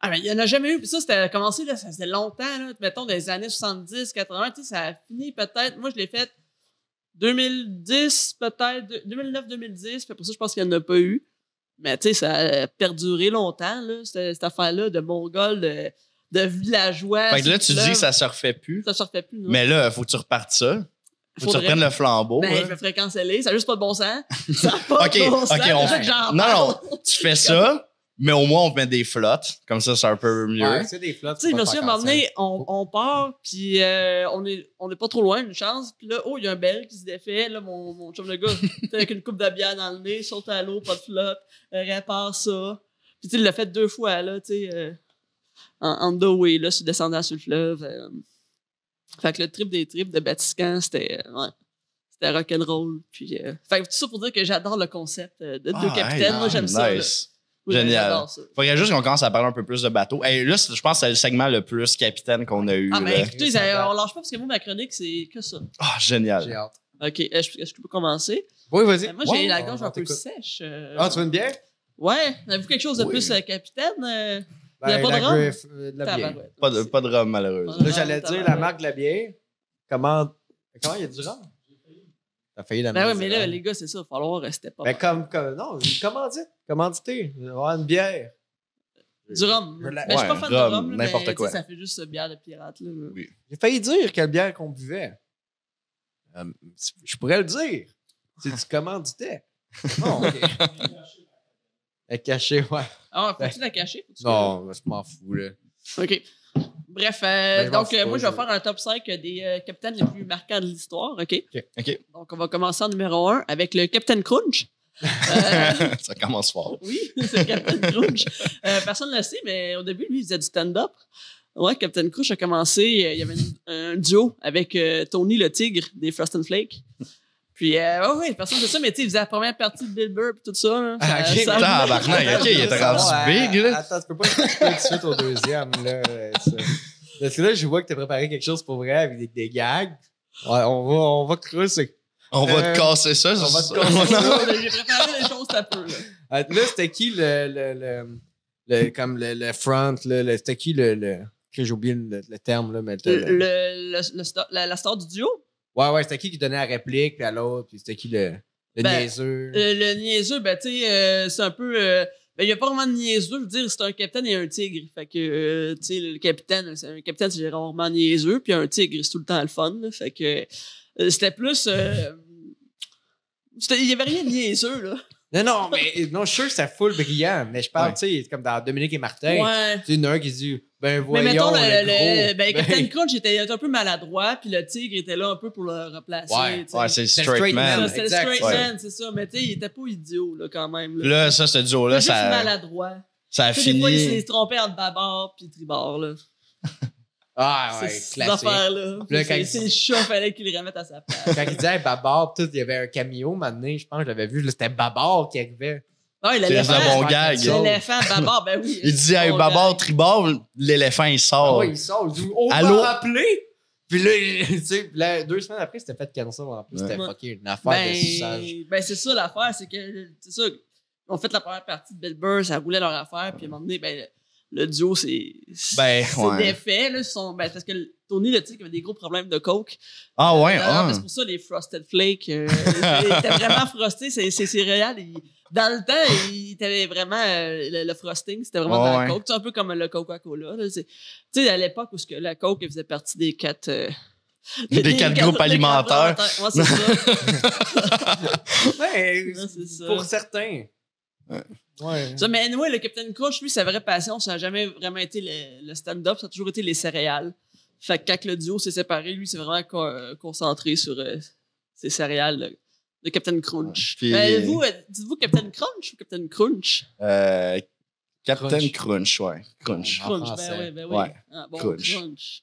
Ah, mais il y en a jamais eu. Puis ça, c'était commencé, là, ça faisait longtemps, là, mettons, des années 70, 80. Tu sais, ça a fini peut-être. Moi, je l'ai fait 2010, peut-être, de- 2009, 2010. Puis pour ça, je pense qu'il n'y en a pas eu. Mais tu sais, ça a perduré longtemps, là, cette, cette affaire-là de Mongols, de, de villageois. Fait que là, tu dis que ça ça. se refait plus. Ça se refait plus, non? Mais là, faut que tu repartes ça. Faut que tu Faudrait- reprennes le flambeau. Ben, hein. je me ferais canceller. Ça n'a juste pas de bon sens. Ça n'a pas Ok, de bon sens. ok, on- Déjà que j'en Non, parle. non, tu fais ça, mais au moins on te met des flottes. Comme ça, c'est un peu mieux. Ouais, c'est des flottes. Tu sais, je me suis pas emmené, on, on part, puis euh, on, est, on est pas trop loin, une chance. Puis là, oh, il y a un bel qui se défait. Là, mon, mon chum de gars, tu sais, avec une coupe de bière dans le nez, saute à l'eau, pas de flotte, euh, répare ça. Puis tu sais, il l'a fait deux fois, là, tu sais, euh, en, en deux way, là, sur descendant sur le fleuve. euh. Fait que le trip des trips de Batiscan, c'était. euh, ouais, C'était rock'n'roll. Puis, euh, fait que tout ça pour dire que j'adore le concept euh, de deux Ah, capitaines. hey, Moi, j'aime ça. là. nice. Oui, Génial. j'adore ça. Faudrait juste qu'on commence à parler un peu plus de bateaux. Hey, là, c'est- je pense que c'est le segment le plus capitaine qu'on a eu. là. Ah, mais écoutez, ça- on lâche pas parce que moi, ma chronique, c'est que ça. Ah, génial. J'ai hâte. OK, euh, je, est-ce que je peux commencer? Oui, vas-y. Euh, moi, j'ai Ouais, la on- gorge on un peu t'écoute. sèche. euh, Ah, tu veux une bière? Ouais, avez-vous quelque chose de Oui. plus, euh, capitaine? Euh, Il y a Ben, pas de la rhum? griffe, euh, de la bière. tabarouette. Pas de, pas de rhum, malheureusement. Là, j'allais dire la marque de la bière. Comment. Comment il y a du rhum? T'as failli la Ben ouais, mettre, mais c'est là, vrai. les gars, c'est ça, il va falloir rester pas. Mais comme, comme. Non, commandite. Commandité. On va avoir une bière. Du rhum. Je Mais la- je suis pas Ouais, fan rhum, de rhum, là, n'importe mais, quoi. tu sais, Ça fait juste euh, bière de pirate, là. J'ai failli dire quelle bière qu'on buvait. Euh, je pourrais le dire. C'est du commanditais. Non, OK. La cachée, ouais. Ah, faut-tu la cacher? Faut-tu- Ben. Non, ben, je m'en fous, là. OK. Bref, euh, Ben, je m'en donc, fous euh, pas, moi, je vais je- faire un top 5 des euh, capitaines les plus marquants de l'histoire, OK? OK. Donc, on va commencer en numéro 1 avec le Capitaine Crunch. Euh, ça commence fort. oui, c'est Captain Crunch. Euh, personne ne le sait, mais au début, lui, il faisait du stand-up. Ouais, Captain Crunch a commencé, euh, il y avait une- un duo avec euh, Tony le Tigre des Frost and Flake. Puis, euh, ouais, ouais, personne ne sait ça, mais tu sais, il faisait la première partie de Bill Burr et tout ça. là. Ça- Ah, ok, ça- Tabarnak, ok, il était rendu big, là. Attends, tu peux pas expliquer tout de suite au deuxième, là. euh, ça. Parce que là, je vois que t'as préparé quelque chose pour vrai avec des, des gags. Ouais, on va, on va creuser. On va Euh, te casser ça. on va te ça. casser ça. J'ai préparé les choses un peu. là. Euh, Là, c'était qui le, le, le, le- comme le, le front, là, le- c'était qui le, le- que j'ai oublié le, le terme, là, mais t'as Le, le- le star- la, la star du duo, Ouais, ouais, c'était qui qui donnait la réplique, puis à l'autre, puis c'était qui le, le Ben, niaiseux. Euh, le niaiseux, ben, tu sais, euh, c'est un peu. euh, ben, il n'y a pas vraiment de niaiseux. Je veux dire, c'est un capitaine et un tigre. Fait que, euh, tu sais, le capitaine, c'est un capitaine, c'est rarement niaiseux. Puis un tigre, c'est tout le temps le fun. là. Fait que, euh, c'était plus. euh, c'était- il n'y avait rien de niaiseux, là. Non, non, mais non, je suis sûr que c'est full brillant, mais je parle, Ouais. tu sais, comme dans Dominique et Martin. ouais. Tu sais, il y en a un qui dit, ben Mais voyons, mettons, le, le, le- gros. ben, Captain Crunch était un peu maladroit, puis le tigre était là un peu pour le remplacer. Ouais, tu sais. Ouais, c'est le C'est le straight, straight man. Ça, man. C'était le exact. straight Ouais. man, c'est ça. Mais tu sais, il était pas idiot, là, quand même. Là. Là, ça, ce duo-là, Juste ça, maladroit. ça a Tu sais, Des fois, il fini. s'est trompé entre bâbord puis tribord. Là. Ah, ouais, c'est ces classique. affaires-là. Puis là, C'est- quand- C'est le chat, fallait qu'il le remette à sa place. Quand il disait Babar, tout, il y avait un cameo, maintenant, je pense, je l'avais vu, là, c'était Babar qui arrivait. Non, il a C'est l'éléphant. un bon Ouais, gag. c'est ça. L'éléphant, bâbord, ben oui. Il dit, hey, Bon babard, gag. tribord, l'éléphant, il Ah sort. ouais, il sort, il dit, on Oh. Allô? va rappeler. Puis là, il- tu sais, puis là, deux semaines après, c'était fait cancel en plus, Ouais. c'était fucking une affaire de suçage. Ben, ben c'est ça l'affaire, c'est que, c'est ça, on fait la première partie de Bill Burr, ça roulait leur affaire, puis à un moment donné, ben, le, le duo, c'est. Ben, c'est ouais. défait, là. ils sont- ben, parce que le- Tony, le tigre, avait des gros problèmes de coke. Ah ouais, D'ailleurs, ah. C'est pour ça les Frosted Flakes. Euh, étaient vraiment frosté, c'est c'est céréales. Ils- dans le temps, il était vraiment euh, le, le frosting, c'était vraiment Ouais, dans la ouais. coke, C'est un peu comme le Coca-Cola. là. C'est- Tu sais, à l'époque où ce que la coke faisait partie des quatre. euh, Des quatre groupes des quatre alimentaires. alimentaires. Ouais, c'est ça. Ouais, Non, c'est ça. pour certains. Ouais. Ouais. Ça, mais anyway, le Captain Crunch, lui, sa vraie passion, ça n'a jamais vraiment été le, le stand-up, ça a toujours été les céréales. Fait que quand le duo s'est séparé, lui, c'est vraiment co- euh, concentré sur euh, ses céréales, le, le Captain Crunch. Puis- Euh, vous, euh, dites-vous Captain Crunch ou Captain Crunch? Euh, Captain Crunch. Crunch, ouais. Crunch. En Crunch, français. ben oui, ben oui. Ouais. Ah, bon, Crunch. Crunch.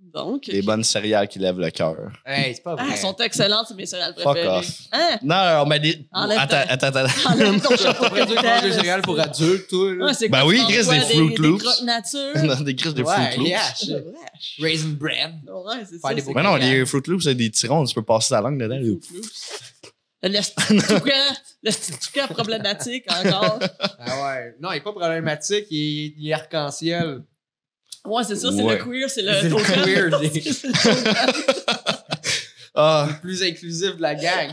Donc, Des bonnes céréales qui lèvent le cœur. Hey, c'est pas ah, vrai. elles sont excellentes, c'est mes céréales Fuck préférées. off. Hein? Non, non, mais des. Enlève Attends, ta- attends, attends. Enlève ton T'as chapeau pas dû manger des capitaine. céréales pour adultes, toi, là. Ouais, c'est Ben quoi, oui, tu Chris, prends des quoi, Fruit Loops. Des crottes nature. Non, des grises de Ouais, Fruit Loops. yeah. Ouais, Raisin Bran. ouais, c'est Faire ça. des c'est- beaux Mais non, les Fruit Loops, c'est des tirons, tu peux passer ta langue dedans. Fruit Loops. Le petit Ah, toucan, le petit toucan problématique encore. Ah ouais. Non, il n'est pas problématique, il est, il est arc-en-ciel. Ouais, c'est ça, c'est Ouais. le queer, c'est C'est le le toucan. queer, C'est des- le toucan. Ah, Plus inclusif de la gang.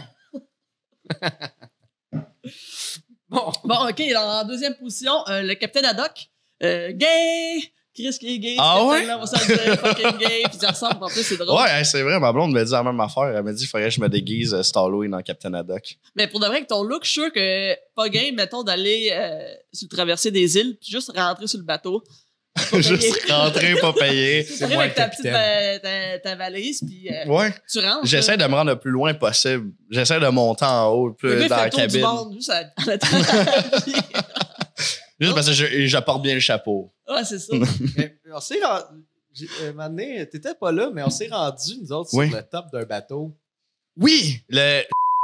bon. Bon, OK, alors, en deuxième position, euh, le capitaine Haddock, euh, gay! Chris qui est gay, Ah ouais? là, on s'en dire fucking gay, puis ça ressemble, en plus, c'est drôle. ouais, hey, c'est vrai, ma blonde m'a dit la même affaire. Elle m'a dit, il faudrait que je me déguise euh, Star-Lord dans Captain Haddock. Mais pour de vrai, avec ton look, je suis sûr que pas gay, mettons, d'aller euh, sur le traverser des îles, puis juste rentrer sur le bateau. Juste rentrer, pas payer. Tu arrives moi avec le ta petite va- ta, ta valise, puis euh, Ouais, tu rentres. j'essaie de me rendre le plus loin possible. J'essaie de monter en haut, plus le gars, il dans fait la le tour du cabine. monde, juste à- en attendant la vie. Juste parce que je- j'apporte bien le chapeau. Ouais, Ah, c'est ça. Mais on s'est rendu. j'ai- euh, Mané, t'étais pas là, mais on s'est rendu, nous autres, Oui. sur le top d'un bateau. Oui! Le.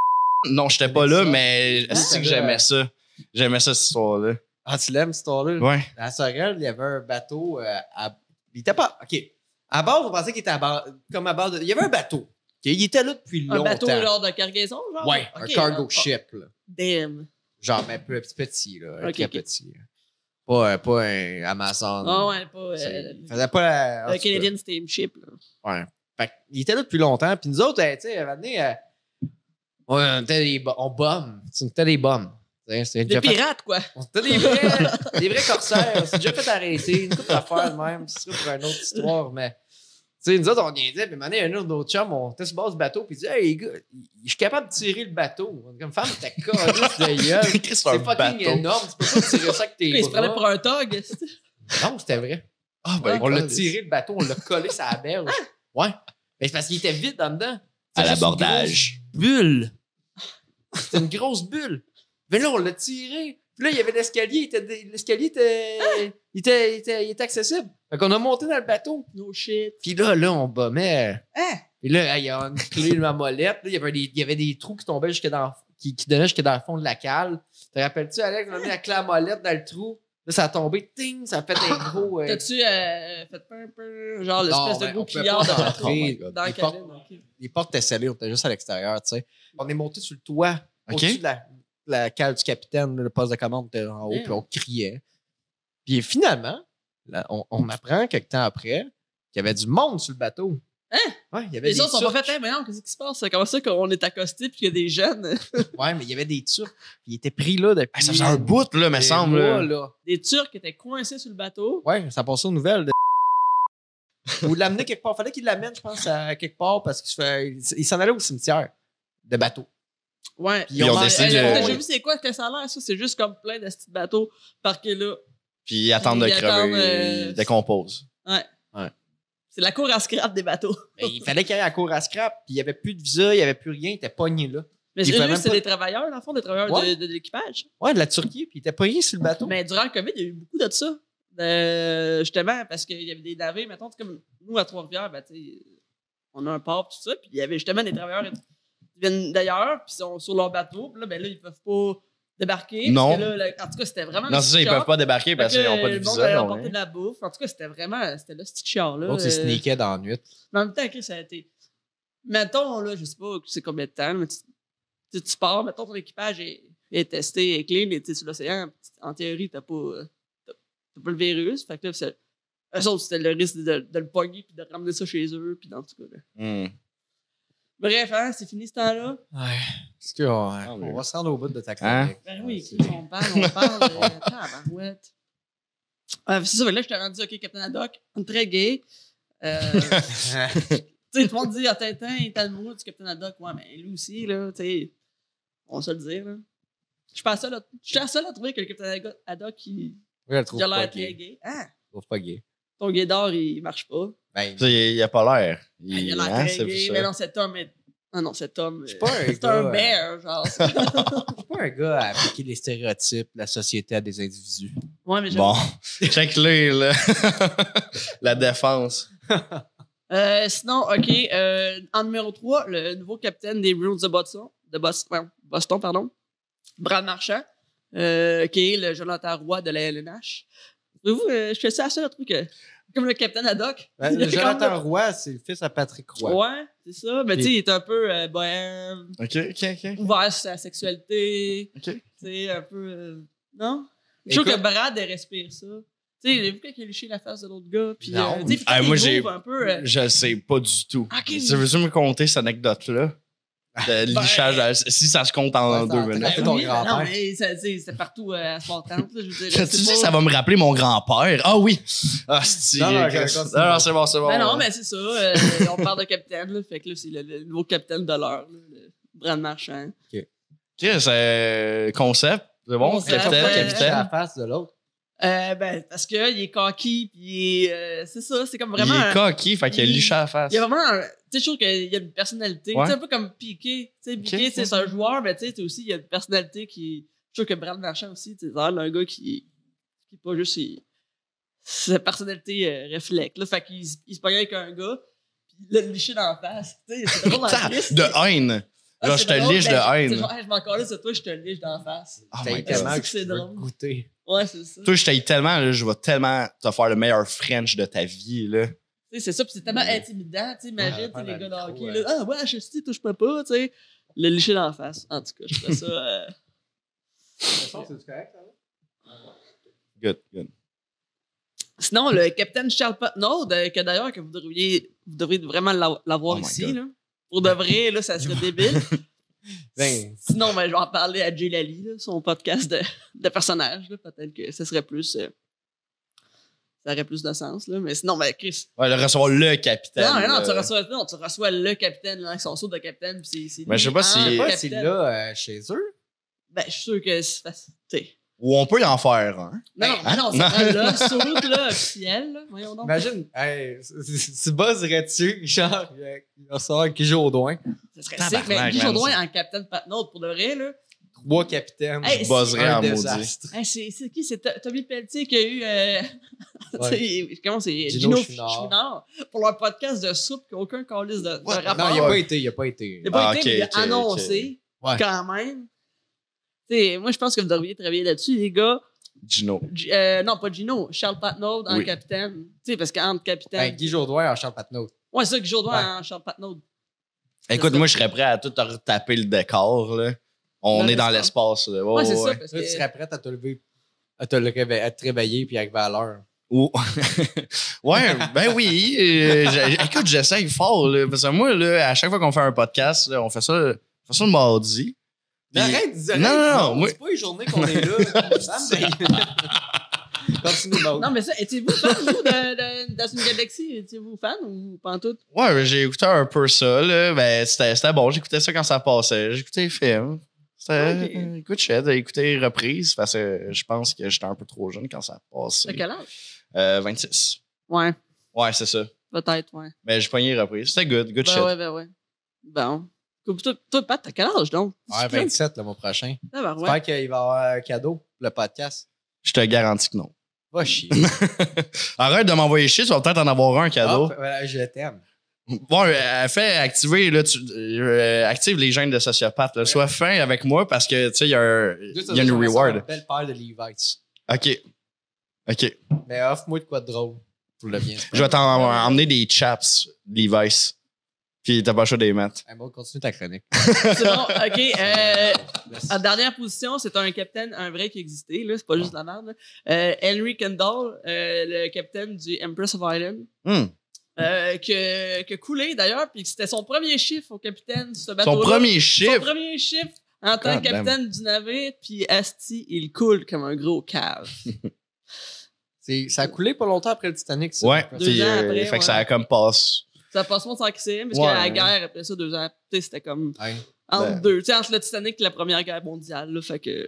Non, j'étais pas là, Ça. mais Ah, c'est que ça va. j'aimais ça. J'aimais ça, cette histoire-là. Ah, tu l'aimes, cette histoire-là? Ouais. À Sorel, il y avait un bateau. euh, à... Il était pas. OK. À bord, on pensait qu'il était à bord. Comme à bord de... Il y avait un bateau. Il était là depuis Un longtemps. bateau genre de cargaison, genre? Ouais, un Ok, cargo ah, ship, là. Damn. Genre, mais peu- petit, petit, là. Ok, très ok. petit. là. Pas, euh, pas un Amazon. Ah ouais, pas euh, Um, C'est- Il faisait pas la. en le tout cas. Canadian Steamship. Là. Fait que, il était là depuis longtemps. Puis nous autres, euh, tu sais, à un moment donné, euh, on était des, bo- on bombe. On était des bombes. C'était Des pirates, quoi. On était des vrais, des vrais corsaires. On s'est déjà fait arrêter. Une couple d'affaires de même. C'est sûr pour une autre histoire, mais. Tu sais, nous autres, on y était, puis maintenant, un autre, notre chum, on était sur le bord du bateau, puis il dit Hey, les gars, je suis capable de tirer le bateau. On est Comme femme, t'as collé de gueule. Chris, c'est un C'est fucking euh, bateau. énorme. Tu peux pas tirer ça avec tes Ils se prenaient bras. pour un tog. est-ce que- Non, c'était vrai. Ah, on l'a tiré le bateau, on l'a collé sur la berge. Ah! Ouais. Mais c'est parce qu'il était vide en dedans. À C'était juste l'abordage. une grosse Bulle. C'était une grosse bulle. Mais là, on l'a tiré. Puis là, il y avait l'escalier. il était- L'escalier était, Ah! il était, il était, il était accessible. Fait qu'on a monté dans le bateau. No shit. Puis là, là, on bombait. Hein? Et là, il y a une clé, ma molette. Là, il, y avait des, il y avait des trous qui tombaient jusque dans, qui, qui donnaient jusque dans le fond de la cale. Te rappelles-tu, Alex, on a mis la clé à molette dans le trou. Là, ça a tombé, ting, ça a fait un gros. euh, T'as-tu euh, fait peur, peur, genre Non, l'espèce de ben, gros on pouvait client pas dans rentrer. Oh my God. dans la Les portes- cabine? ok. les portes étaient scellées, on était juste à l'extérieur, tu sais. On est monté sur le toit, OK. au-dessus de la, la cale du capitaine, le poste de commande était en haut, Damn. puis on criait. Puis finalement, là, on, on apprend quelques temps après qu'il y avait du monde sur le bateau. Hein? Ouais, il y avait Les des autres sont Turcs. pas hein? fait, hey, mais non, qu'est-ce qui se passe? Comment ça qu'on est accosté puis qu'il y a des jeunes, Ouais, mais il y avait des Turcs. Ils étaient pris là depuis. Ah, ça faisait un bout, là, me des semble. mois, là. là. des Turcs qui étaient coincés sur le bateau? Ouais, ça passait aux nouvelles. De... Ou de l'amener quelque part. Fallait qu'il l'amène, je pense, à quelque part parce qu'il se fait- il s'en allait au cimetière de bateau. Ouais. Puis ils ont Ouais, décidé hey, de- t'as déjà vu c'est quoi tes salaires? Ça, c'est juste comme plein de petits bateaux parqués là. Puis attendre de Ils attendent, crever, euh, ils décomposent. C'est la cour à scrap des bateaux. Mais il fallait qu'il aille à la cour à scrap, puis il n'y avait plus de visa, il n'y avait plus rien, il était pogné là. Mais Il fait eux, même c'est pas- des travailleurs, dans le fond, des travailleurs Ouais. de, de- de l'équipage. Ouais, de la Turquie, puis il était pogné sur le bateau. Mais durant le COVID, il y a eu beaucoup de ça. Euh, justement, parce qu'il y avait des navets, mettons, c'est comme nous à Trois-Rivières, ben, tu sais, on a un port, tout ça. Puis il y avait justement des travailleurs qui viennent d'ailleurs, puis ils sont sur leur bateau. Puis là, ben, là ils peuvent pas débarquer. parce Non. que là, le- en tout cas, c'était vraiment. Non, c'est ça, ils peuvent pas débarquer parce qu'ils n'ont pas de Le monde allait visa. non, emporter hein. de la bouffe. En tout cas, c'était vraiment. C'était le petit char-là. L'autre, il sneakait dans la nuit. Mais en même temps, Chris, ça a été. Mettons, là, je sais pas c'est combien de temps, mais tu, tu, tu pars, mettons, ton équipage est, est testé, est clean, et tu sais, sur l'océan, en théorie, t'as pas, euh, t'as t'as pas le virus. Fait que là, c'est- eux autres, c'était le risque de, de le pogner puis de ramener ça chez eux, puis dans tout cas. là. Hmm. Bref, hein, c'est fini ce temps-là. Ouais. Parce que, on, Ah, on mais- va se rendre au bout de ta Hein? chronique. Ben oui, Ouais, Chris, on parle, on parle. euh, tabarouette. Ah, c'est ça, fait que là, je t'ai rendu, OK, Captain Haddock, très gay. Euh, c'est- Tu sais, tout le monde dit, ah, Tintin, il est amoureux du Capitaine Haddock. Ouais, mais lui aussi, là, tu sais, on va se le dire, là. Je suis pas la seule à- je suis la seule à trouver que le Capitaine Haddock- Haddock, il, Je le il trouve a l'air pas très gay. gay. Hein? Je le trouve pas gay. Ton gaydar, il marche pas. Ben, Tu sais, Il a pas l'air. Il, Il a hein, l'air très c'est gay. ça. Mais non, cet homme est... Ah non, cet homme... je suis euh, pas un C'est gars, euh. un bear, genre. Je suis pas un gars à appliquer les stéréotypes, la société à des individus. ouais, mais j'aime- Bon, check-le, là. la défense. Euh, sinon, OK, euh, en numéro 3, le nouveau capitaine des Bruins de Boston, de Boston, ouais, Boston pardon, Brad Marchand, euh, qui est le Jonathan Roy de la LNH. Vous, je fais ça à ça, le truc. euh, comme le capitaine Haddock. Ben, Il est Jonathan Roy, c'est le fils à Patrick comme- Roy. Ouais, c'est ça. Mais tu sais, il est un peu euh, bohème, OK, OK, OK. ouvert sur sa sexualité. OK. Tu sais, un peu. euh, non? Je trouve que Écoute- Brad, il respire ça. Tu sais, il a vu quand il a liché la face de l'autre gars. Puis, Non. euh, tu sais, puis Ah, il moi, groove j'ai- un peu. euh, Je le sais pas du tout. Ok. Tu veux-tu me conter cette anecdote-là? Ah. De lichage, euh, à- si ça se compte en Ouais, ça- deux minutes. Ben Ben ton oui, ben grand-père. Non, mais ça- tu sais, c'était partout euh, à Sport 30. Là, je veux dire, Tu c'est sais, pas- ça va me rappeler mon grand-père. Ah oui! Ah, c'est Non, non, Chris. continue. Non, non, c'est bon, c'est bon. Ben non, mais c'est ça. euh, on parle de capitaine. Là, fait que là, c'est le, le nouveau capitaine de l'heure. là, le Brand Marchand. Chris, euh, concept, c'est bon? Concept, Capitaine, ouais. à capitaine. la face de l'autre. Euh, ben, parce qu'il est cocky, puis il est, euh, c'est ça, c'est comme vraiment. il un- est coquille, fait qu'il a il- liché à la face. il y a vraiment. un- Tu sais, je trouve qu'il y a une personnalité. Ouais. Tu sais, un peu comme Piqué. Tu sais, Piqué, Ok. tu sais, c'est un joueur, mais tu sais, t'es aussi, il y a une personnalité qui. Je trouve que Brand Marchand aussi, tu sais, c'est un gars qui. qui est pas juste. il- sa personnalité euh, reflète. Là, fait qu'il se- il se pognait avec un gars, puis il l'a liché dans la face. Tu sais, c'est drôle dans Putain, la liste. de haine. Ah, Genre, c'est je te drôle, liche ben, de c'est haine. genre, Hey, je m'en calais sur toi, je te liche dans la face. Oh T'as my eu God. tellement que C'est je veux drôle. goûter. Ouais, c'est ça. Toi, je t'aille tellement, là, je vais tellement te faire le meilleur French de ta vie, là. Tu sais, c'est ça, puis c'est tellement Ouais. intimidant, tu sais, imagine, Ouais, tu sais, les ouais, gars de la hockey, micro, là, ah ouais, je sais, touche-moi pas, tu sais, le licher d'en face, en tout cas, je fais ça, euh, C'est correct, Good, good. Sinon, le capitaine Charles Patnaud, euh, que d'ailleurs, que vous devriez, vous devriez vraiment l'av- l'avoir Oh my ici, God. là. Pour de vrai, là, ça serait débile. Ben. Sinon, ben, je vais en parler à Jay Lally, là, son podcast de, de personnages. là. Peut-être que ça serait plus. euh, ça aurait plus de sens, là. Mais sinon, ben, Chris. Ouais, le recevoir le capitaine. Non, non, euh, tu reçois, non, tu reçois le capitaine, là, avec son saut de capitaine. Puis c'est- c'est Ben, je sais lui, pas un si- Je sais Ouais, capitaine. c'est là euh, chez eux. Ben, je suis sûr que c'est facile. t'sais. Ou on peut en faire un. Non, non, Hein? non, c'est Non. Ben, pas là, saut, là, officiel, là. Voyons donc. Imagine, hey, c- c- tu buzzerais-tu, genre, euh, il ressort Guy Audouin, Ce serait sick, Tabarnak, mais Guy man, Jodoin ça. en capitaine Patnaud, pour de vrai, là. trois capitaines, Hey, Je buzzerais un en maudit. désastre. Hey, c'est c'est qui? C'est To- Tommy Pelletier qui a eu. euh, Ouais. tu sais, Comment c'est? Gino Gino, Chouinard. Chouinard. Pour leur podcast de soupe qui n'a aucun calice de, de Ouais, rapport. non, il a pas été, il a pas été. Il a pas Ah, été, ok, mais il a ok, annoncé ok. Ouais. quand même. Tu sais, moi, je pense que vous devriez travailler là-dessus, les gars. Gino. G- euh, non, pas Gino, Charles Patnaud en Oui. capitaine. Tu sais, parce qu'entre capitaine. Ben, Guy Jodoin en Charles Patnaud. ouais, c'est ça, que Jourdain Ouais. en Charles Patnaud. Écoute, moi, je serais prêt à tout retaper le décor, là. On Dans est dans l'espace. l'espace, là. Ouais, Ouais, c'est Oh, ouais. ça. Parce Là, que, tu serais prête à te lever, à te, le réveiller, à te réveiller puis arriver à l'heure. Ou- ouais, ben oui. euh, j'ai- écoute, j'essaye fort, là. Parce que moi, là, à chaque fois qu'on fait un podcast, là, on fait ça, on fait ça le mardi. Puis- dis Non, non, non, moi- c'est pas une journée qu'on est là. Sam, ben- Continue, Maud. Non, mais ça, étiez-vous fan, vous, de, de- dans une galaxie? Étiez-vous fan ou pas en tout? Ouais, j'ai écouté un peu ça, là. Ben, c'était c'était bon. J'écoutais ça quand ça passait. J'écoutais les films. C'était. Ok. euh, Écoute, j'ai écouté reprise parce que je pense que j'étais un peu trop jeune quand ça T'as passait. quel âge? Euh, 26. Ouais, Ouais, c'est ça. peut-être, ouais. Mais j'ai pogné reprise. C'était good, good Ben shit. ouais, ben ouais. Bon. Coupe- Toi, toi, Pat, t'as quel âge donc? Ouais, ben, 27 le mois prochain. Ah, ben ouais. J'espère qu'il va y avoir un cadeau pour le podcast. Je te garantis que non. Va chier. Arrête de m'envoyer chier, tu vas peut-être en avoir un cadeau. ben. Ah, ouais, je t'aime. Bon, euh, fais activer, là, tu, euh, active les gènes de sociopathe. là. Sois fin avec moi parce que, tu sais, il y a, un- il y a une reward. Belle paire de Levi's. OK. OK. Mais offre-moi de quoi de drôle pour le bien. Je vais t'en emmener des chaps, Levi's. Puis t'as pas le choix des maths. Hey, Maud, continue ta chronique. C'est bon, OK. euh, Merci. en dernière position, c'est un capitaine, un vrai qui existait, là. C'est pas juste de la merde, là. Euh, Henry Kendall, euh, le capitaine du Empress of Ireland, Hmm. euh, que, que coulé d'ailleurs, puis que c'était son premier chiffre au capitaine de ce bateau Son premier chiffre. Son premier chiffre en tant God que capitaine du navire, puis Asti, il coule comme un gros cave. C'est- Ça a coulé pas longtemps après le Titanic, ça. Ouais. Deux puis, ans euh, après, fait ouais. que ça a comme passe. Ça passe moins sans crisser, parce Ouais. que la guerre, après ça, deux ans, tu sais, c'était comme Ouais. entre Ben. deux, tu sais, entre le Titanic et la Première Guerre mondiale, là, fait que...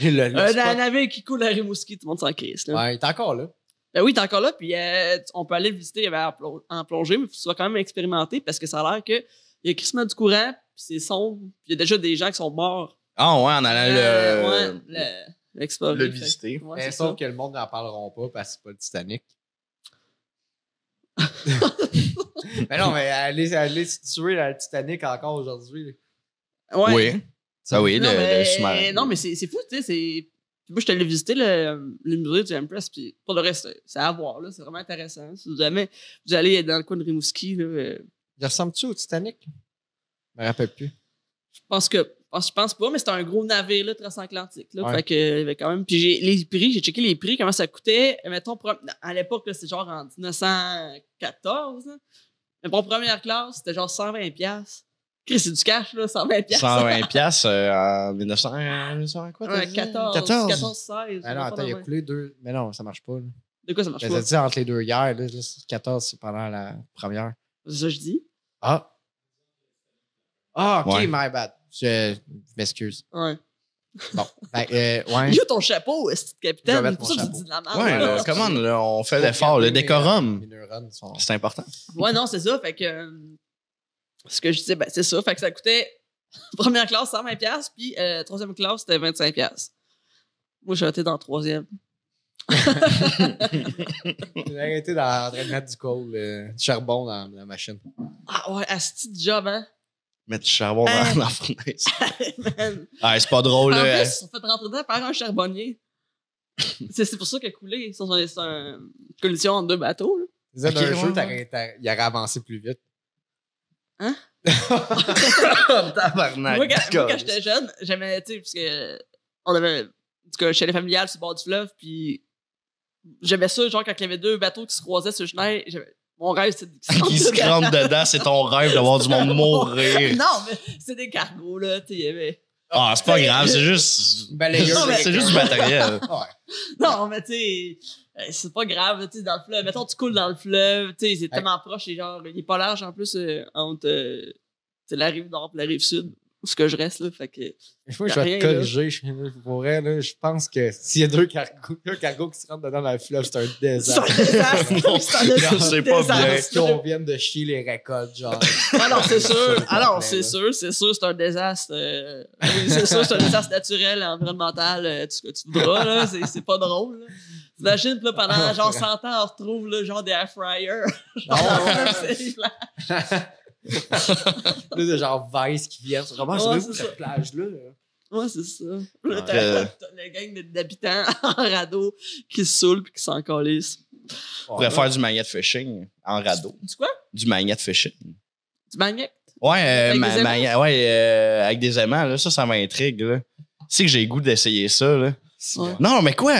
Le- le Un spot- un navire qui coule à Rimouski, tout le monde s'en crisse. Là. Ouais, il est encore là. Ben oui, t'es encore là, puis euh, tu- on peut aller le visiter euh, en plong- en plongée, mais faut que tu sois quand même expérimenté parce que ça a l'air que il y a crissement du courant, puis c'est sombre, puis il y a déjà des gens qui sont morts. Ah ouais, on allait Euh, le, ouais, le- l'explorer, le fait que- visiter. ouais, Mais c'est sauf ça. que le monde n'en parleront pas parce que c'est pas le Titanic. mais non, mais allez, allez se tuer dans le Titanic encore aujourd'hui. Ouais. Oui. Ça oui, le, non, le mais, sous-marin. non, mais c'est c'est fou, tu sais. c'est- Puis Moi, je suis allé visiter le, le musée du Empress, puis pour le reste, c'est à voir, là, c'est vraiment intéressant. Si vous, jamais, vous allez dans le coin de Rimouski, là, euh, Il ressemble-tu au Titanic? Je me rappelle plus. je pense que. je pense- Je pense pas, mais c'était un gros navire là, transatlantique. Là, Ouais. Fait que, euh, il y avait quand même. Puis j'ai les prix, j'ai checké les prix, comment ça coûtait. Mettons, pro- à l'époque, là, c'était genre en 1914. là. Mais pour première classe, c'était genre 120$. Chris, c'est du cash, là, 120$. 120 piastres euh, en 1900, euh, 1900 quoi, t'as Ouais, dit? 14, 14, 14. 16. Mais Ah non, on va attends, pas il a dans- coulé deux. Mais non, ça marche pas. là. De quoi ça marche Je pas? t'ai dit entre les deux hier. Là, là, c'est 14, c'est pendant la première. C'est ça que je dis. Ah! Ah, ok, Ouais. my bad. Je, je m'excuse. Ouais. Bon. Ben, euh, ouais. Il y a ton chapeau, est Je capitaine? vais C'est mettre pour mon ça que tu chapeau. dis de la merde. Ouais, là. là, come on, là, on fait l'effort, le décorum. Mes neurones sont. C'est important. Ouais, non, c'est ça. Fait que. euh, Ce que je disais, ben, c'est ça. Fait que ça coûtait première classe 120$, puis euh, troisième classe, c'était 25$. Moi, j'ai été dans troisième. J'ai arrêté dans l'entraînement du coal, euh, du charbon dans la machine. Ah ouais, asti de job, hein? Mettre du charbon Hein? dans, dans la fournaise. Man. Ah, c'est pas drôle, en là. plus, on fait rentrer dedans par un charbonnier. c'est c'est pour ça qu'elle a coulé. C'est c'est un- une collision entre deux bateaux. là. Vous êtes Ok, un ouais, jeu, ouais. t'aurais- t'aurais- il aurait avancé plus vite. Hein? Tabarnak. moi, quand, moi, quand j'étais jeune, j'aimais, tu sais, parce que on avait, en tout cas, chalet familial sur le bord du fleuve, puis j'aimais ça, genre, quand il y avait deux bateaux qui se croisaient sur le chenal, j'aimais- mon rêve, c'était de Qui se crampe dedans, c'est ton rêve d'avoir du monde mourir. Non, mais c'est des cargos, là, tu sais, il y avait- Ah, c'est pas grave, c'est juste. Balayeur, Non, mais- C'est juste du matériel. Ouais. Non, mais tu sais, euh, c'est pas grave, tu sais, dans le fleuve. Mettons, tu coules dans le fleuve, tu sais, c'est tellement proche, et genre, il est pas large, en plus, euh, entre, euh, tu sais, la rive nord et la rive sud, où ce que je reste, là, fait que... Moi, je Y a vais te rien, là. corriger. Je, pour vrai, là, je pense que s'il y a deux cargos, deux cargos qui se rentrent dedans dans le fleuve, c'est un C'est un désastre. désastre, Non, c'est un désastre. c'est pas bien. Parce qu'on vienne de chier les récoltes, genre. Alors, Ah c'est sûr. Ça, c'est Alors, complet, c'est là. sûr, c'est sûr, c'est un désastre. euh, oui, c'est sûr, c'est un désastre naturel, environnemental, euh, tout ce que tu voudras, là. C'est, c'est pas drôle, là. T'imagines, pis là, pendant Ah, genre ouais. 100 ans, on retrouve, là, genre des air fryers. Ah, ouais, ouais. C'est plat. Là, de genre Vice qui vient. Comment Ouais, je c'est veux ça. cette plage-là? là? ouais, c'est ça. Là, Ouais. t'as, Euh. t'as le gang de- d'habitants en radeau qui se saoulent pis qui s'en calissent. On pourrait faire du magnet fishing en radeau. Du quoi? Du magnet fishing. Du magnet? Ouais, euh, Avec ma- des ma- ouais euh, avec des aimants, là, ça, ça m'intrigue. là. Tu sais que j'ai le goût d'essayer ça. Là. Ouais. Non, mais quoi?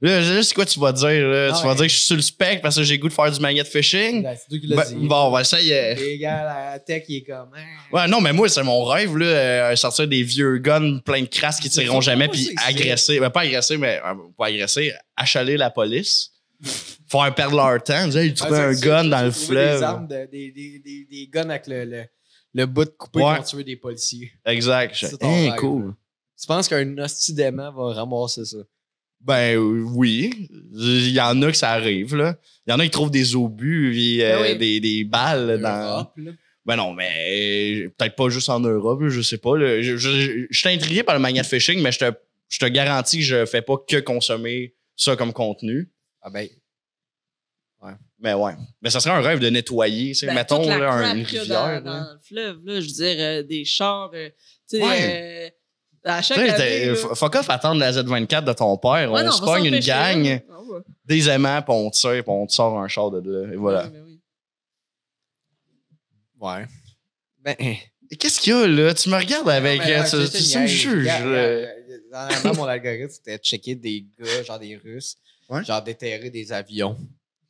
Là, je- là, c'est quoi tu vas dire? là? Ah tu vas ouais. dire que je suis suspect parce que j'ai le goût de faire du magnet fishing? Ben, C'est toi qui l'as Ben, dit. bon, on va essayer. Les gars, la tech, il est comme. hein. Ouais, non, mais moi, c'est mon rêve, là, euh, sortir des vieux guns pleins de crasses qui C'est tireront ça. jamais, Moi, puis c'est- c'est- agresser, ben, pas agresser, mais euh, pas agresser, achaler la police, faire perdre leur temps, dire, hey, tu Ouais, prends un Ah, c'est- gun dans le J'ai trouvé Des fleuve. armes, de- des, des, des, des guns avec le, le, le bout de coupé Ouais. pour tuer des policiers. Exact. C'est Je- ton Hein, rêve. cool. Tu penses qu'un hostie d'aimant va ramasser ça? Ben euh, oui, il y en a que ça arrive, là. Il y en a qui trouvent des obus, puis, euh, Ben oui. des, des balles dans... Hop, là. Ben non, mais euh, peut-être pas juste en Europe, je sais pas. là. Je, je- je- je suis intrigué par le magnet fishing, mais je te, je te garantis que je fais pas que consommer ça comme contenu. Ah ben, Mais ouais. Mais ça serait un rêve de nettoyer, tu sais, Ben, mettons, toute la là, crap une qu'il y a rivière. Dans, là. dans le fleuve, là, je veux dire, euh, des chars, euh, tu sais, Ouais. euh, à chaque Tu sais, année... t'es- là- f- fuck off attendre la Z24 de ton père. Ouais, on non, se va pogne une s'empêcher, là. gang, Ah ouais. des aimants, puis on tire, puis on te sort un char de là. Et voilà. Ouais, mais Ah, ben oui. ouais. Ben, Qu'est-ce qu'il y a là? Tu me regardes avec. Non, mais euh, ouais, tu j'étais tu- tu niaise. me juges. Regarde, là. regarde, regarde. Dernièrement, mon algorithme, c'était de checker des gars, genre des Russes, Ouais. genre déterrer des avions.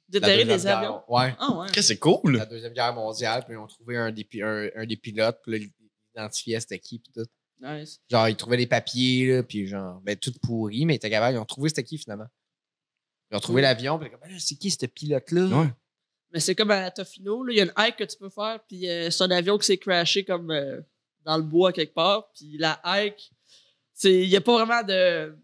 Déterrer La des Deuxième avions. Guerre- Ouais. Ah ouais. Qu'est-ce que c'est cool? La Deuxième Guerre mondiale, puis ils ont trouvé un des, pi- un, un des pilotes, puis là, ils identifiaient c'était qui, puis tout. Nice. Genre, ils trouvaient les papiers, là, puis genre, ben, tout pourri, mais ils étaient capables. Ils ont trouvé c'était qui, finalement. Ils ont trouvé l'avion, puis ils ont comme, Ben là, c'est qui ce pilote-là? Ouais. Mais c'est comme à Tofino, là, il y a une hike que tu peux faire, puis euh, c'est un avion qui s'est crashé comme euh, dans le bois quelque part, puis la hike, c'est- il n'y a pas vraiment de...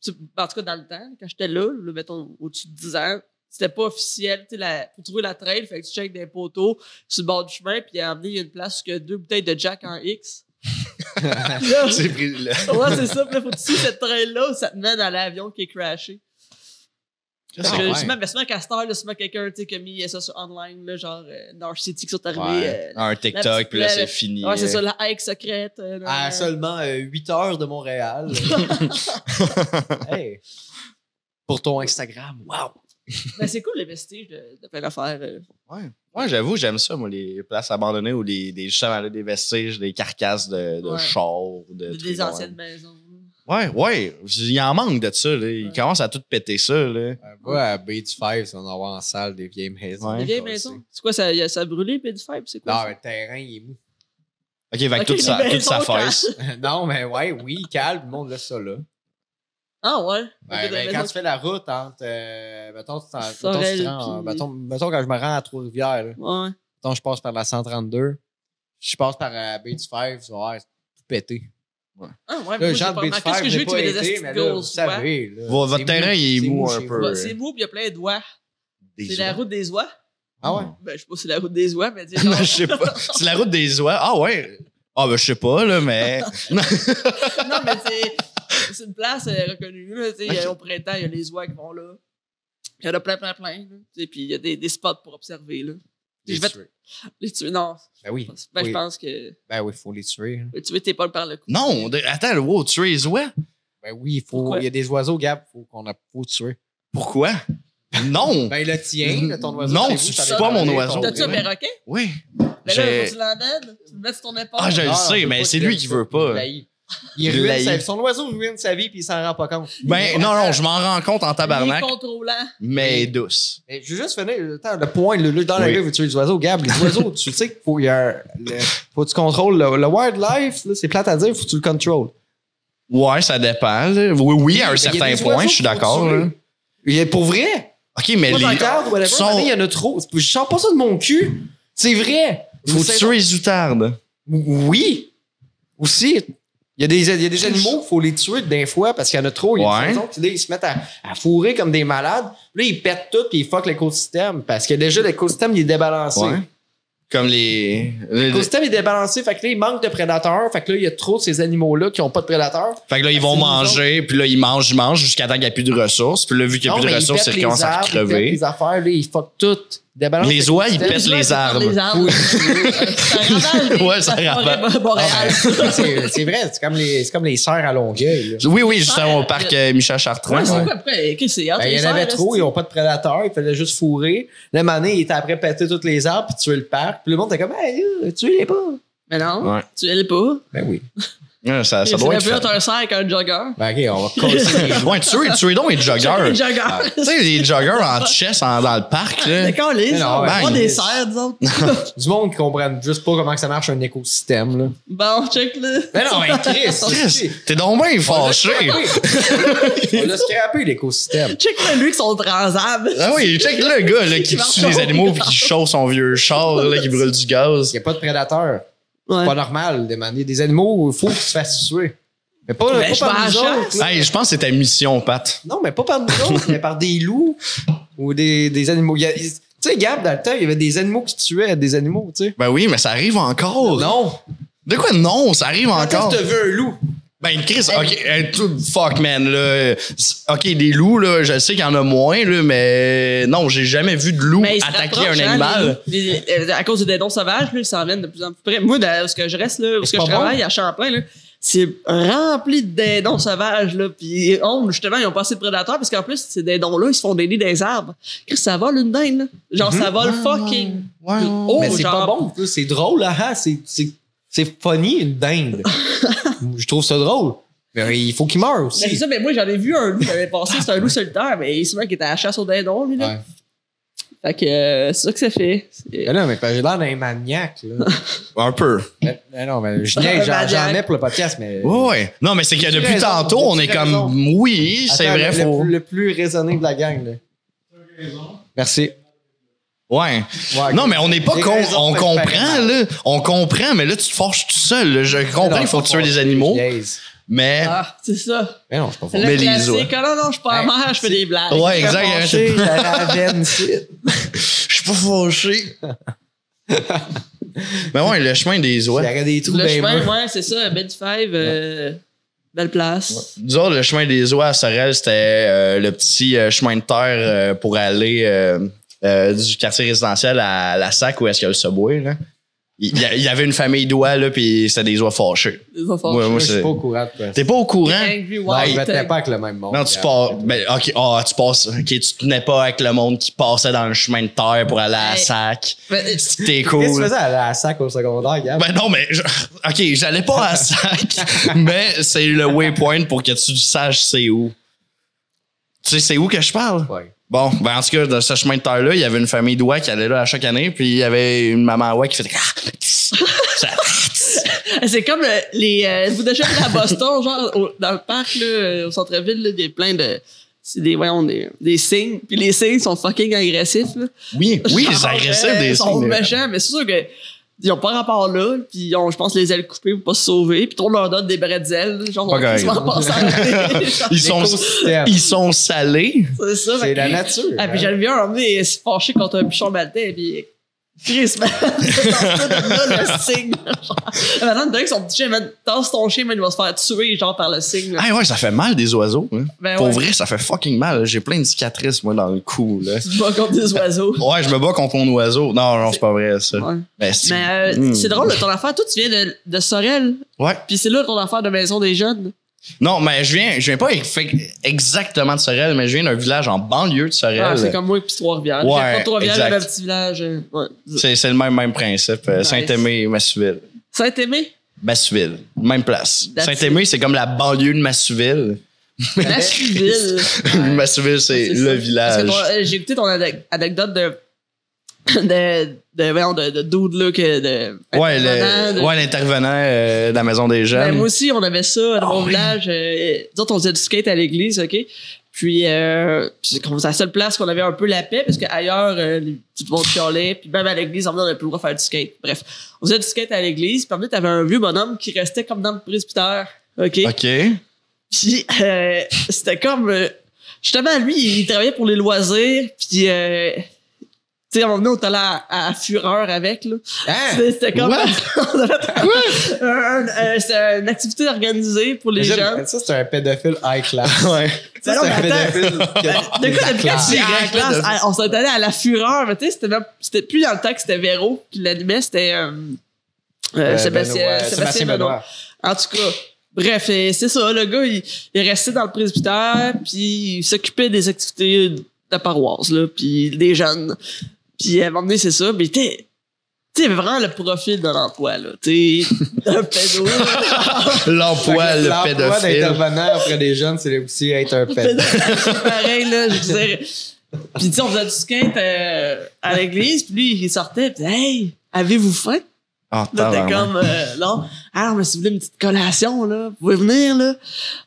tu- en tout cas, dans le temps, quand j'étais là, là, mettons au-dessus de 10 ans, c'était pas officiel. tu sais, La, pour trouver la trail, fait que tu checkes des poteaux sur le bord du chemin, puis à un moment donné, il y a une place où il y a deux bouteilles de Jack en X. Puis là, C'est pris là. ouais, c'est ça. Puis là, faut que tu suives cette trail-là, ou ça te mène à l'avion qui est crashé. Qu'est-ce Parce que- que Ah ouais. justement, ben, souvent, Castor, là, souvent quelqu'un tu sais, qui a mis ça sur online, là, genre euh, North City qui sont arrivés. Ouais. Ah, euh, Un la TikTok, petite puis là, plaie, c'est là. fini. ouais, c'est ça, la hike secrète. euh, nan, À nan. seulement 8 heures de Montréal. Hey. Pour ton Instagram, wow! Ben, c'est cool les vestiges de, de plein d'affaires. euh. Ouais, Ouais, j'avoue, j'aime ça, moi, les places abandonnées ou les, des, justement, là, des vestiges, des carcasses de, de Ouais. chars. De des, trucs de anciennes maisons. même. Ouais, ouais. Il en manque de ça. Là. Ils Ouais. commencent à tout péter ça. Là. Va Euh, à B du Five, si on en voit en salle des vieilles maisons. Ouais. Des vieilles maisons. C'est quoi, ça, y a- ça a brûlé, puis du feu, c'est quoi? Non, ça? mais le terrain, il est mou. OK, avec Ok, toute, sa, les toute sa maisons, face. non, mais ouais, oui, calme, le monde laisse ça là. Ah ouais? Ben, Ok, des ben, quand maisons- tu fais la route entre. euh, mettons, tu t'en- mettons, Sorel, tu te rends, puis- mettons- mettons, quand je me rends à Trois-Rivières, là, Ouais. mettons, je passe par la 132, je passe par la Baie du Five, tu vas voir, c'est tout pété. Ah ouais, Là, mais le genre de Baie du Qu'est-ce Five, que je j'ai veux que pas tu aies des été, mais là, euh, vous astuces ouais. savez. là, Votre c'est terrain, il est c'est mou un chez peu. vous. Ouais, Bah, C'est mou, puis il y a plein de doigts. Des C'est la oies. route des oies. Ah ouais? Ben, je sais pas si c'est la route des oies, mais dis Non, je sais pas. C'est la route des oies. Ah ouais. Ah ben je sais pas là, mais Non, mais c'est, c'est une place euh, reconnue. Là, tu sais, Ok. Au printemps, il y a les oies qui vont là. Il y en a plein, plein, plein. là, tu sais, Puis il y a des, des spots pour observer. Là. Les Je vais- tuer. Les tuer, non. Ben oui, Ben, Je Oui. pense que ben oui, il faut les tuer. hein. le tuer tes pas par le cou. non. de- Attends, wow, tuer les oies. Ben oui, il faut. Pourquoi? Il y a des oiseaux, Gab, faut qu'on a faut tuer. Pourquoi Non! Ben, le tien, le ton oiseau. Non, chez tu vous, tues t'avais pas mon demandé oiseau. ton- T'as-tu un perroquet? Oui. Mais là, J'ai- faut que tu l'emmènes, tu le mets sur ton épaule. Ah, je le Ah, sais, faut mais pas c'est qu'il lui aime qui ça. veut pas. Il Il Il ruine l'haït. sa vie. Son oiseau ruine sa vie, puis il s'en rend pas compte. Ben, non, non, je m'en rends compte en Il est tabarnak, contrôlant. mais douce. Mais je veux juste finir. le temps, le point, le, le- dans la Oui. rue, vous tuez les oiseaux. Gab, les oiseaux, tu sais qu'il faut, il y a, le- faut que tu contrôles. Le, le wildlife, là, c'est plate à dire, faut que tu le contrôles. Ouais, ça dépend. là. Oui, oui, à un Mais il y a certain des point, oiseaux je suis qu'il faut d'accord. tuer. là. Il est pour vrai. OK, mais Moi, dans le les... cadre, whatever, sont- mais il y en a trop. Je sors pas ça de mon cul. C'est vrai. faut C'est- tuer les outardes. Oui. Aussi, il y a des, il y a des animaux, il faut les tuer d'un fois parce qu'il y en a trop. Il y a Ouais. des raisons, puis là, ils se mettent à, à fourrer comme des malades. Là, ils pètent tout et ils fuck l'écosystème parce que déjà, l'écosystème, il est débalancé. Ouais. Comme les... les- L'écosystème est débalancé, fait que là, il manque de prédateurs, fait que là, il y a trop de ces animaux-là qui n'ont pas de prédateurs. Fait que là, ils vont C'est nous manger, puis là, ils mangent, ils mangent jusqu'à temps qu'il n'y a plus de ressources. Puis là, vu qu'il n'y a Non, plus de mais ils ressources, pètent ils commencent à arbres, ils pètent crever. les affaires, là, ils fuck tout. Ils débalancent Les oies, ils l'écosystème. pètent les arbres. Les arbres. ça ravage. Ouais, ça ravage. ravage. Ah, Boréal. ben, c'est c'est vrai, c'est comme les, c'est comme les cerfs à Longueuil. là. Oui, oui, juste au parc euh, Michel Chartrand. Ouais, c'est ouais. quoi après? Qu'est-ce que c'est? Ah, Ben, t'es il y en sœur, avait là, trop, c'est- ils n'ont pas de prédateurs, il fallait juste fourrer. La manée, il était après péter toutes les arbres puis tuer le parc. Puis le monde était comme, hey, là, tuez-les pas. Mais non, Ouais. tu l'es pas. Ben oui. Ouais, ça, ça doit être. plus fait. un cerf qu'un jogger. Ben ok, on va casser les Ouais, tuer, tuer donc les joggers. Un jogger. Tu sais, les joggers en chess en- dans le parc, là. D'accord, les Mais non, gens. Pas ben, des il- cerfs, disons. Du monde qui comprend juste pas comment que ça marche un écosystème. Là. Bon, check là. Ben non, mais Chris, Chris, t'es donc bien fâché. On l'a scrappé l'écosystème. Check là, lui, qui sont transables. Ah oui, check le gars là, qui Qui marche tue les au animaux gaz. puis qui chauffe son vieux char là, qui brûle du Il gaz. n'y a pas de prédateurs. Ouais. C'est pas normal. Demander des animaux, il faut qu'ils se fassent tuer. Mais pas, Ben, pas je par vais nous en chasse. autres. là. Hey, je pense que c'est ta mission, Pat. Non, mais pas par nous autres, mais par des loups ou des, des animaux. Il y a- Tu sais, Gab, dans le temps, il y avait des animaux qui tuaient des animaux, tu sais. Ben oui, mais ça arrive encore. Non. De quoi non? Ça arrive Quand Oh. encore. tu vu un loup? Ben Chris, ok, hey, tout- fuck man, là. C'est- Ok, des loups, là, je sais qu'il y en a moins, là, mais non, j'ai jamais vu de loup Mais ils se attaquer un rapprochent, hein, animal. les- les- les- à cause des dons sauvages, là, ils s'en viennent de plus en plus près. Moi, dans ce que je reste, là, où ce c'est que je pas bon. travaille à Champlain, là, c'est rempli de dindons sauvages. Là. Puis, on, justement, ils ont pas assez de prédateurs parce qu'en plus, ces dindons-là, ils se font des nids des arbres. Chris, ça vole une dinde. là. Genre, ça vole fucking. Ouais, ouais. Oh, Mhm. Ah, mais c'est genre, pas bon, tu sais, c'est drôle, ah, ah, c'est- c'est c'est funny, une dinde. Je trouve ça drôle. Mais il faut qu'il meure Mais Ben, c'est aussi. ça, mais moi, j'en ai vu un loup l'année passée. C'est un loup solitaire, mais il se met qu'il était à la chasse aux dindons, lui. Là. Ouais. Fait que euh, c'est ça que ça fait. C'est- Mais là, Ah mais j'ai l'air d'un maniaque. Là. Un peu. Mais- mais non, mais je niaise, j'en- j'en mets pour le podcast, mais. Ouais, ouais. Non, mais c'est que As-tu depuis raison? tantôt, on est As-tu raison? comme oui, c'est Attends, vrai, le, faut. le, le plus raisonné de la gang. Là. Merci. Ouais. Ouais, Non, ok. mais on n'est pas Des con, raisons on pas comprend, différentes. là. On comprend, mais là, tu te forces tout seul. là. Je comprends, Non, il faut pas tuer fort. des animaux, Je niaise. mais. Ah, c'est ça. Mais non, je suis pas fort. Le met les classique. Ah non, non, je suis pas Ouais. mère, je fais des blagues. Ah, Ouais, exact. hein, Fâché, Je j'avais la veine ici. je suis pas fâché. mais ouais, le chemin des Il y oies. aurait des trous Le dans les chemin, murs. ouais, c'est ça, Bed Five, euh, belle place. Nous autres, le chemin des oies à Sorel, c'était euh, le petit euh, chemin de terre euh, pour aller euh, euh, du quartier résidentiel à la SAC où est-ce qu'il y a le subway, là. Il y a- il y avait une famille d'oies, là, puis c'était des oies fâchées. Les enfants. Ouais, moi, je suis c'est- pas au courant de quoi. T'es pas au courant? Angry Non, je White. mettais pas avec le même monde. Non, tu pars. Ben, ok, ah, tu passes. Ok, tu te tenais pas avec le monde qui passait dans le chemin de terre pour aller à la Hey. sac. Mais- euh, T'es Qu'est-ce que tu cool. faisais à la sac au secondaire, Gab? Ben non, mais. je- ok, j'allais pas à la sac, mais c'est le waypoint pour que tu saches c'est où. Tu sais, c'est où que je parle? Ouais. Bon, ben en tout cas, dans ce chemin de terre-là, il y avait une famille d'oies qui allait là à chaque année, puis il y avait une maman oie qui faisait. Ah, tss, ça- C'est comme euh, les. euh, vous déjà vu à Boston, genre, au- dans le parc, là, euh, au centre-ville, là, il y a plein de. C'est des, voyons, des, des signes. Puis les signes sont fucking agressifs. Là. oui, oui, les Genre, agressifs euh, des Ils sont signes. méchants, mais c'est sûr que. Ils ont pas rapport là, puis ils ont, je pense, les ailes coupées pour pas se sauver, puis on leur donne des bretzels, genre, Pas ils correct. pas Ils sont, L'écosystème. ils sont salés. C'est ça, C'est fait la que- nature. Ah, puis hein. j'avais vu un moment donné, il s'est fâché contre un bichon maltais, puis Chris, man, là, le signe. genre. Maintenant, d'un que son petit chien, man, tasse ton chien, man, il va se faire tuer, genre, par le signe. là. Ah ouais, ça fait mal des oiseaux. hein. Ben Pour ouais. vrai, ça fait fucking mal. J'ai plein de cicatrices, moi, dans le cou. Là. Tu te bats contre des oiseaux. Ouais, je me bats contre mon oiseau. Non, non, c'est pas vrai, ça. Ouais. Ben, c'est- Mais euh, Hmm. c'est drôle, ton affaire, toi, tu viens de, de Sorel, Ouais. puis c'est là ton affaire de maison des jeunes. Non, mais je viens, je viens pas eff- exactement de Sorel, mais je viens d'un village en banlieue de Sorel. Ah, c'est comme moi et puis Trois-Rivières. Ouais, J'ai pas Trois-Rivières, exact. j'avais un petit village. euh, ouais. C'est- c'est le même, même principe. euh, Saint-Aimé et Massouville. Saint-Aimé? Massouville, même place. That's Saint-Aimé, c'est comme la banlieue de Massouville. Nashville. Massouville, c'est Ah, C'est le ça. village. Parce que ton- euh, J'ai écouté ton anec- anecdote de. de. de. voyons, de, de dude, là, que. De, Ouais, euh, intervenant, le- de- ouais, l'intervenant euh, de la maison des Ben, jeunes. moi aussi, on avait ça dans Ah mon oui. village. euh, nous autres, on faisait du skate à l'église, OK? Puis, euh, puis c'est comme c'est la seule place qu'on avait un peu la paix, parce qu'ailleurs, euh, les- tout le monde chialait. Puis même à l'église, en venant, on n'avait plus le droit de faire du skate. Bref, on faisait du skate à l'église. Puis en fait, t'avais un vieux bonhomme qui restait comme dans le presbytère, OK? OK. Puis euh, c'était comme euh, justement lui, il travaillait pour les loisirs, puis euh, tu sais, à un moment donné, on est allé à, à Fureur avec, là. Hein? C'était c'était comme What? on avait un- un- euh, c'était une activité organisée pour les Mais gens. j'aime- Ça, c'est un pédophile high class. Ouais. Ça, Mais non, c'est un mais attends. euh, pédophile. qui a De des quoi, de quoi classe. tu dis à la Direct, là, classe? de- Ah, On s'est allé à la fureur, mais tu sais, c'était même- c'était plus dans le temps que c'était Véro qui l'animait, c'était euh, euh, Euh, Sébastien, Benoît- Sébastien Sébastien Benoît. Benoît. En tout cas, bref, euh, c'est ça. Le gars, il, il restait dans le presbytère, puis il s'occupait des activités de la paroisse, là, puis des jeunes. Puis à un moment donné, c'est ça. Mais t'es, t'es vraiment le profil de l'emploi, là. T'es un pédo. là. L'emploi, le L'emploi pédophile. d'intervenant auprès des jeunes, c'est aussi être un Un pédo, pédophile. c'est pareil, là. Je veux dire. Puis tu sais, on faisait du skate euh, à l'église, puis lui, il sortait, puis hey, avez-vous faim? Ah, Là, t'es tabarnak. comme, euh, non. Alors, mais si vous voulez une petite collation, là, vous pouvez venir, là.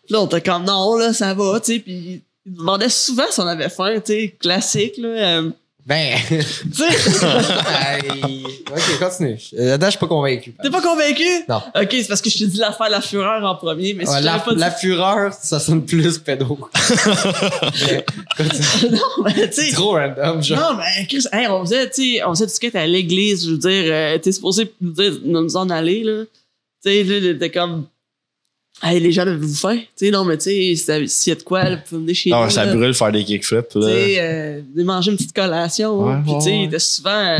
Puis là, on était comme, non, là, ça va, tu sais. Puis il demandait souvent si on avait faim, tu sais, classique, là. euh, Ben. tu sais, Aïe. ok, continue. Euh, Là-dedans, je suis pas convaincu. t'es pas convaincu? Non. Ok, c'est parce que je t'ai dit l'affaire La Fureur en premier, mais si Ouais, je la, t'avais pas dit. la fureur, ça sonne plus pédo. Mais, continue. non, mais tu sais. trop random, genre. Non, mais Chris, hey, on faisait, tu sais, on faisait du skate à l'église, je veux dire, euh, t'es supposé nous dire, nous nous en aller, là. Tu sais, là, t'es comme. Hey, les gens, avez-vous faim? Tu sais, non, mais tu sais, si- s'il y a de quoi, là, vous pouvez venir chez Ah, nous. ça là. brûle faire des kickflips. tu Là. sais, euh, de manger une petite collation. Ouais, puis, ouais, tu sais, ouais. il était souvent. euh,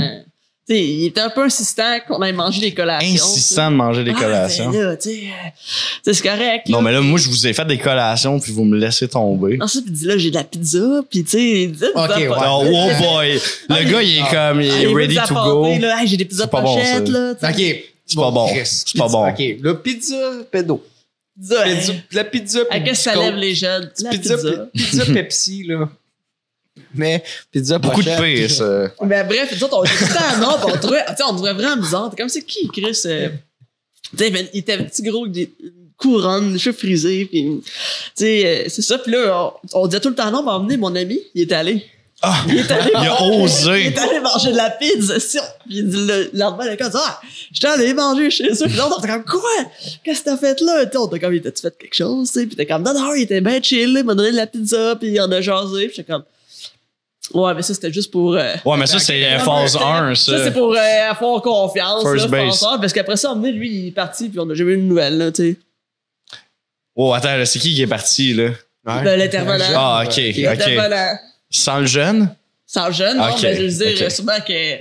tu sais, il était un peu insistant qu'on aille manger des collations. Insistant de manger des tu sais. collations. Ah, ben là, tu sais, euh, tu sais, c'est correct. non, là. mais là, moi, je vous ai fait des collations, puis vous me laissez tomber. Ensuite, il dit là, j'ai de la pizza. Puis, tu sais, il dit. Ok, ouais. Oh, oh boy! Ah, Le gars, il est comme, il Ah, est il veut ready de la to pâtée, go. là. Ah, j'ai des pizzas C'est pas bon, pochettes, ça. là. tu sais. Ok. C'est pas bon. C'est pas bon. Ok, la pizza pédo. Pizza, Pizza- hein. La pizza À qu'est-ce que ça Coke. lève les jeunes? La pizza, pizza. pi- pizza Pepsi, là. Mais pizza Beaucoup de pochette. pire, ça. Mais bref, nous autres, on était tout le temps à Nantes, on trouvait, tu sais, on trouvait vraiment bizarre. T'es comme, c'est qui, Chris? euh, tu sais, ben, il était un petit gros, avec des une couronne, les cheveux frisés, puis, tu sais, euh, c'est ça. Puis là, on, on disait tout le temps non, m'a emmené mon ami, il est allé. Ah, Il est allé. il a Il osé. est allé manger de la pizza, si on- Puis le le lendemain, le gars dit, ah, j'étais allé manger chez eux. Puis l'autre, on était comme, quoi? Qu'est-ce que t'as fait là? Tu sais, on était comme, il t'a-tu fait quelque chose, tu sais? Puis t'es comme, non, non, il était bien chill, il m'a donné de la pizza, puis il en a jasé. Puis j'étais comme, ouais, mais ça, c'était juste pour. euh, Ouais, mais ça, c'est euh, phase 1, ça. ça, c'est pour euh, avoir confiance. First là, base. François, parce qu'après ça, emmené, lui, il est parti, puis on n'a jamais eu de nouvelles, là, tu sais. Oh, attends, là, c'est qui qui est parti, là? Ouais. Ben, l'intervenant. Ah, ok, Il ok. était volant. Sans le jeune? Sans jeune, non, Ok, mais je veux dire, ok. euh, sûrement que.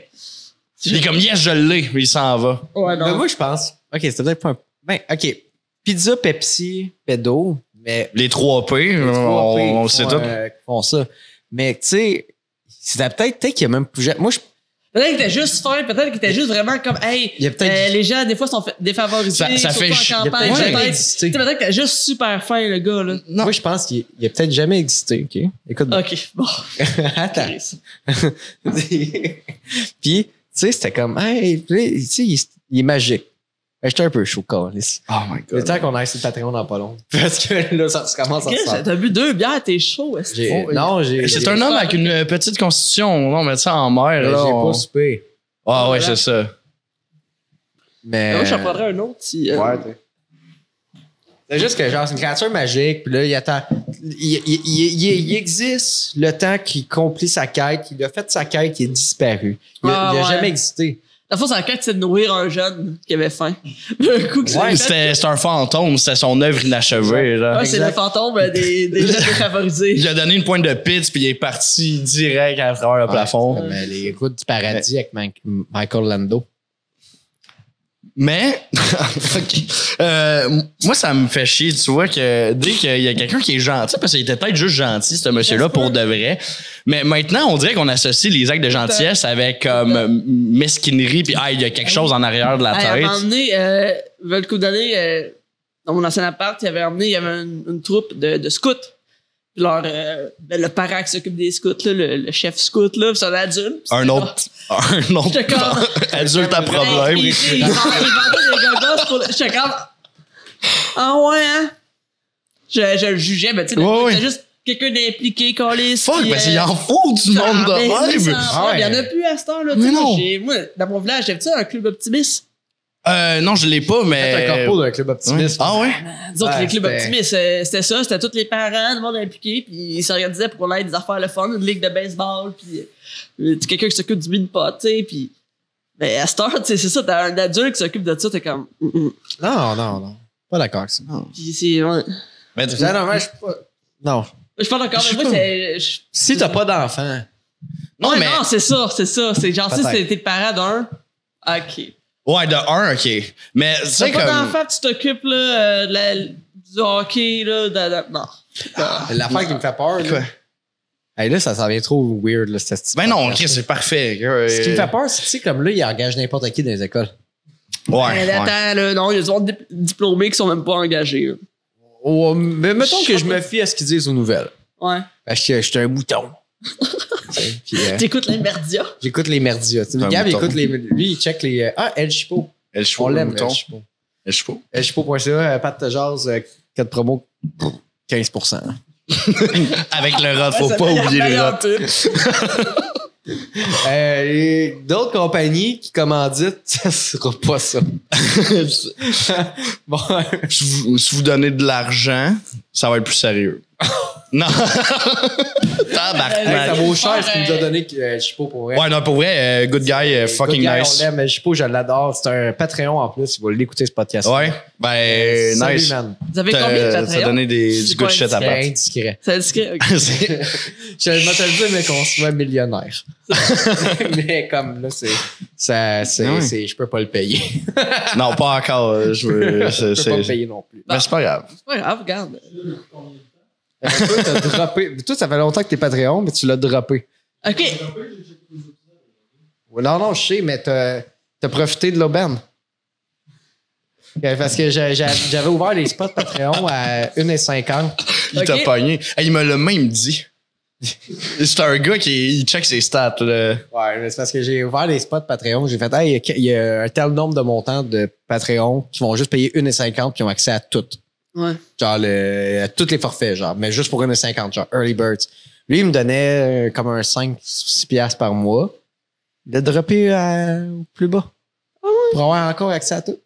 Il est comme, yes, je l'ai, mais il s'en va. Ouais, Ben, non. moi, je pense. Ok, c'était peut-être pas un. Ben, ok. Pizza Pepsi pédo. Mais Les 3 P, les trois on, pays on qui sait font, tout. euh, qui font ça. Mais, tu sais, c'était peut-être peut-être qu'il y a même plus. Moi, je. Peut-être qu'il était juste fin, peut-être qu'il était juste vraiment comme, hey, Il y a peut-être- euh, les gens, des fois, sont fa- défavorisés. Ça- ça surtout fait en chi- il y a campagne, peut-être- peut-être. Ouais. Tu sais, peut-être qu'il était juste super fin, le gars, là. Moi, je pense qu'il il a peut-être jamais existé. OK? Écoute, Ok, bon. attends. Chris. puis, tu sais, c'était comme, hey, tu sais, il, il est magique. Ben, J'étais un peu chaud, câlisse. Oh my Le god. temps qu'on aille sur le Patreon dans pas long. Parce que là, ça commence à se Chris, faire. t'as bu deux bières, t'es chaud, est-ce que- J'ai- Non, j'ai. C'est j'ai- Ben, un homme avec une euh, petite constitution. On met ça en mer, J'ai là. on- pas soupé. Ah, ouais, c'est ça. Mais. Moi, j'en prendrais un autre si. euh, Ouais, t'sais. C'est juste que, genre, c'est une créature magique, puis là, il attend. Il, il- il- il- il existe le temps qu'il complit sa quête, il a fait sa quête, il est disparu. Il n'a Ah, ouais. jamais existé. La fois, c'est la quête, c'est de nourrir un jeune qui avait faim. Un coup que c'est Ouais, fait- c'était c'était un fantôme, c'était son œuvre inachevée, là. Ah, c'est exact. le fantôme euh, des, des jeunes défavorisés. Il a donné une pointe de pizza, puis il est parti direct à travers le Ouais, plafond. c'est Comme euh, les routes du paradis avec Man- Michael Lando. Mais, fuck. Euh, moi, ça me fait chier, tu vois, que dès qu'il y a quelqu'un qui est gentil, parce qu'il était peut-être juste gentil, ce monsieur-là, pour de vrai. Mais maintenant, on dirait qu'on associe les actes de gentillesse avec comme euh, mesquinerie, puis ah, il y a quelque chose en arrière de la Hey, à un moment tête. donné, euh, le coup d'année, euh, dans mon ancien appart, il y avait emmené, il y avait une, une troupe de, de scouts. Puis leur, euh, ben, le parent qui s'occupe des scouts, là, le, le chef scout, là, puis c'est un adulte. Puis Un c'est- autre, un J'étais comme- autre adulte à problème. Hey, puis, Ils vend- ils vendaient des gogos pour le. J'étais comme. Ah ouais, hein? Je, je le jugeais, mais tu sais, Ouais, le truc, ouais. c'était juste quelqu'un d'impliqué, calé. Fuck, ben, parce qu'il en faut du Ah, monde ben, de même. Ah Ouais. Il y en a plus à cette heure-là. tu Mais sais, moi, non. j'ai- Moi, dans mon village, j'avais-tu un club optimiste? Euh, non, je l'ai C'est pas, un mais. euh, corpo d'un club optimiste. Ah ouais? Disons que Ouais, les clubs c'était- optimistes, euh, c'était ça, c'était tous les parents, le monde impliqué, puis ils s'organisaient pour qu'on ait des affaires le fun, une ligue de baseball, puis euh, quelqu'un qui s'occupe du mini pot, tu sais, puis ben, à cette heure, tu sais, c'est ça, t'as un adulte qui s'occupe de ça, t'es comme, hum, hum. Non, non, non. Pas d'accord avec ça. Ah. Puis c'est, ouais. Mais Non, non, mais je suis pas. Non. Je parle encore, Je sais mais moi, pas. c'est, je- Si t'as pas d'enfant, Non, Ouais, mais. non, c'est ça, c'est ça, c'est genre, si Peut-être. t'es t'es le parent d'un, ah, ok. Ouais, de un, ok. Mais tu T'as sais, pas comme. d'enfant, tu t'occupes, là, euh, de la- du hockey, là, de, de- non. l'affaire qui me fait peur. Quoi? Là, Hey, là ça s'en vient trop weird, là, cette Ben non, ok, c'est parfait. Euh, Ce qui me fait peur, c'est que, tu sais, comme là, ils engagent n'importe qui dans les écoles. Ouais. Mais ouais. Euh, attends, là, non, il y a du monde dip- diplômé qui sont même pas engagés, là. Oh, mais mettons Je que je sais pas. me fie à ce qu'ils disent aux nouvelles. Ouais. Parce que je suis un mouton. Tu sais, puis, euh, T'écoutes les merdias. J'écoute les merdias. Tu sais, Un Gab, il mouton. écoute les. Lui, il check les. euh, Ah, El Chipo. Elle On choue le l'aime, mouton. El Chipo. Elle choue. El Chipo.ca, euh, Pat Tejaz, euh, code promo 15 Avec le rod, faut pas oublier le rod. Euh, et D'autres compagnies qui commanditent, ça sera pas ça. bon, Si vous, si vous donnez de l'argent, ça va être plus sérieux. non. hey, ça Tabarnak. vaut cher ce qu'il nous a donné que euh, El Chipo pour vrai. Ouais, non, pour vrai, euh, good guy, euh, fucking Good guy, nice. On l'aime, El Chipo, je l'adore. C'est un Patreon en plus, il va l'écouter ce podcast. Ouais, ben, Salut, nice. man. Vous avez combien de T'as euh, t'as Patreon? donné des, C'est du good pas shit à C'est part. indiscret. C'est discret. ok. C'est- Je vais te le dire, mais qu'on soit millionnaire. mais comme là, c'est. Ça, c'est, Ouais. c'est- je peux pas le payer. non, pas encore. euh, Je veux. Je c'est- peux pas le c'est- payer non plus. Mais c'est pas grave. C'est pas grave, regarde. Euh, toi, t'as droppé. Toi, ça fait longtemps que t'es Patreon, mais tu l'as droppé. Ok. Ouais, Non, non, je sais, mais t'as, t'as profité de l'aubaine. Euh, Parce que j'a- j'a- j'avais ouvert les spots Patreon à 1,50. Il Ok. t'a pogné. Hey, il me l'a même dit. C'est un gars qui il check ses stats. là. Ouais, mais c'est parce que j'ai ouvert les spots Patreon. J'ai fait, hey, il y a que- il y, a un tel nombre de montants de Patreon qui vont juste payer 1,50 puis qui ont accès à tout. Ouais. genre le, à tous les forfaits, genre, mais juste pour une 50, genre Early Birds. Lui, il me donnait euh, comme un 5, 6 piastres par mois. Il l'a droppé à- au plus bas. Ah Pour avoir encore accès à tout.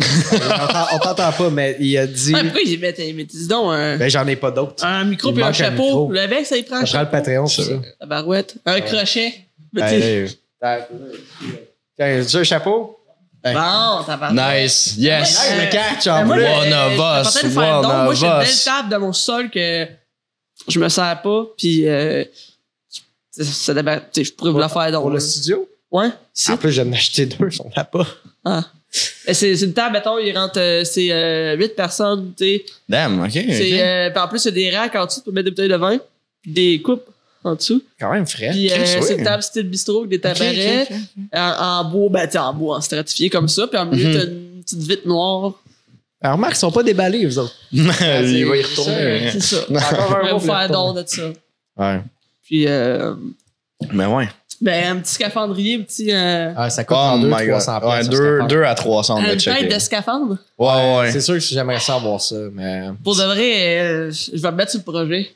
on t'entend- on t'entend pas, mais il a dit. Ah, pourquoi ils mettent, ils mettent dis donc, un, Ben, j'en ai pas d'autres. un micro il puis un manque un chapeau. micro. L'évêque, ça y prend un Je prends chapeau. le Patreon, c'est C'est ça. La barouette. Un crochet. Mais tu sais, Allez, euh, Tiens, tu veux un chapeau? Bon, ça va. Nice. Yes. Nice, le catch en Ben, moi, plus. j'ai- One of j'ai tenté us, de faire one don. Moi, of j'ai une belle us. table dans mon sol que je me sers pas, puis euh, ça- ça devait- tu sais, je pourrais vous la faire Pour donc. le là. studio? Ouais, si. En plus, j'en ai acheté deux, ils sont là-bas. Ah. Mais C'est c'est une table, mettons, il rentre, euh, c'est euh, 8 personnes, tu sais. Damn, ok. ok. C'est, euh, puis en plus, il y a des racks en dessous pour mettre des bouteilles de vin, puis des coupes en dessous. Quand même frais. Puis euh, Chris, oui. c'est une table style bistrot avec des tabarets euh, ok, En, en bois, ben, tu sais, en bois, en stratifié comme ça. Puis en milieu, Mhm. t'as une petite vitre noire. Alors, remarque, ils sont pas déballés, vous autres. il va y retourner. C'est ça. Encore On va mot pour faire le don de ça. Ouais. Puis, euh, Mais ouais. ton. ben, un petit scaphandrier, un petit. euh, Ah, ça coûte Oh en deux, my god. 300 Ouais, piastres, deux, ça, deux à 300 de une checker. tête de scaphandre. Ouais, ouais. C'est sûr que j'aimerais ça avoir ça, mais. Pour de vrai, euh, je vais me mettre sur le projet.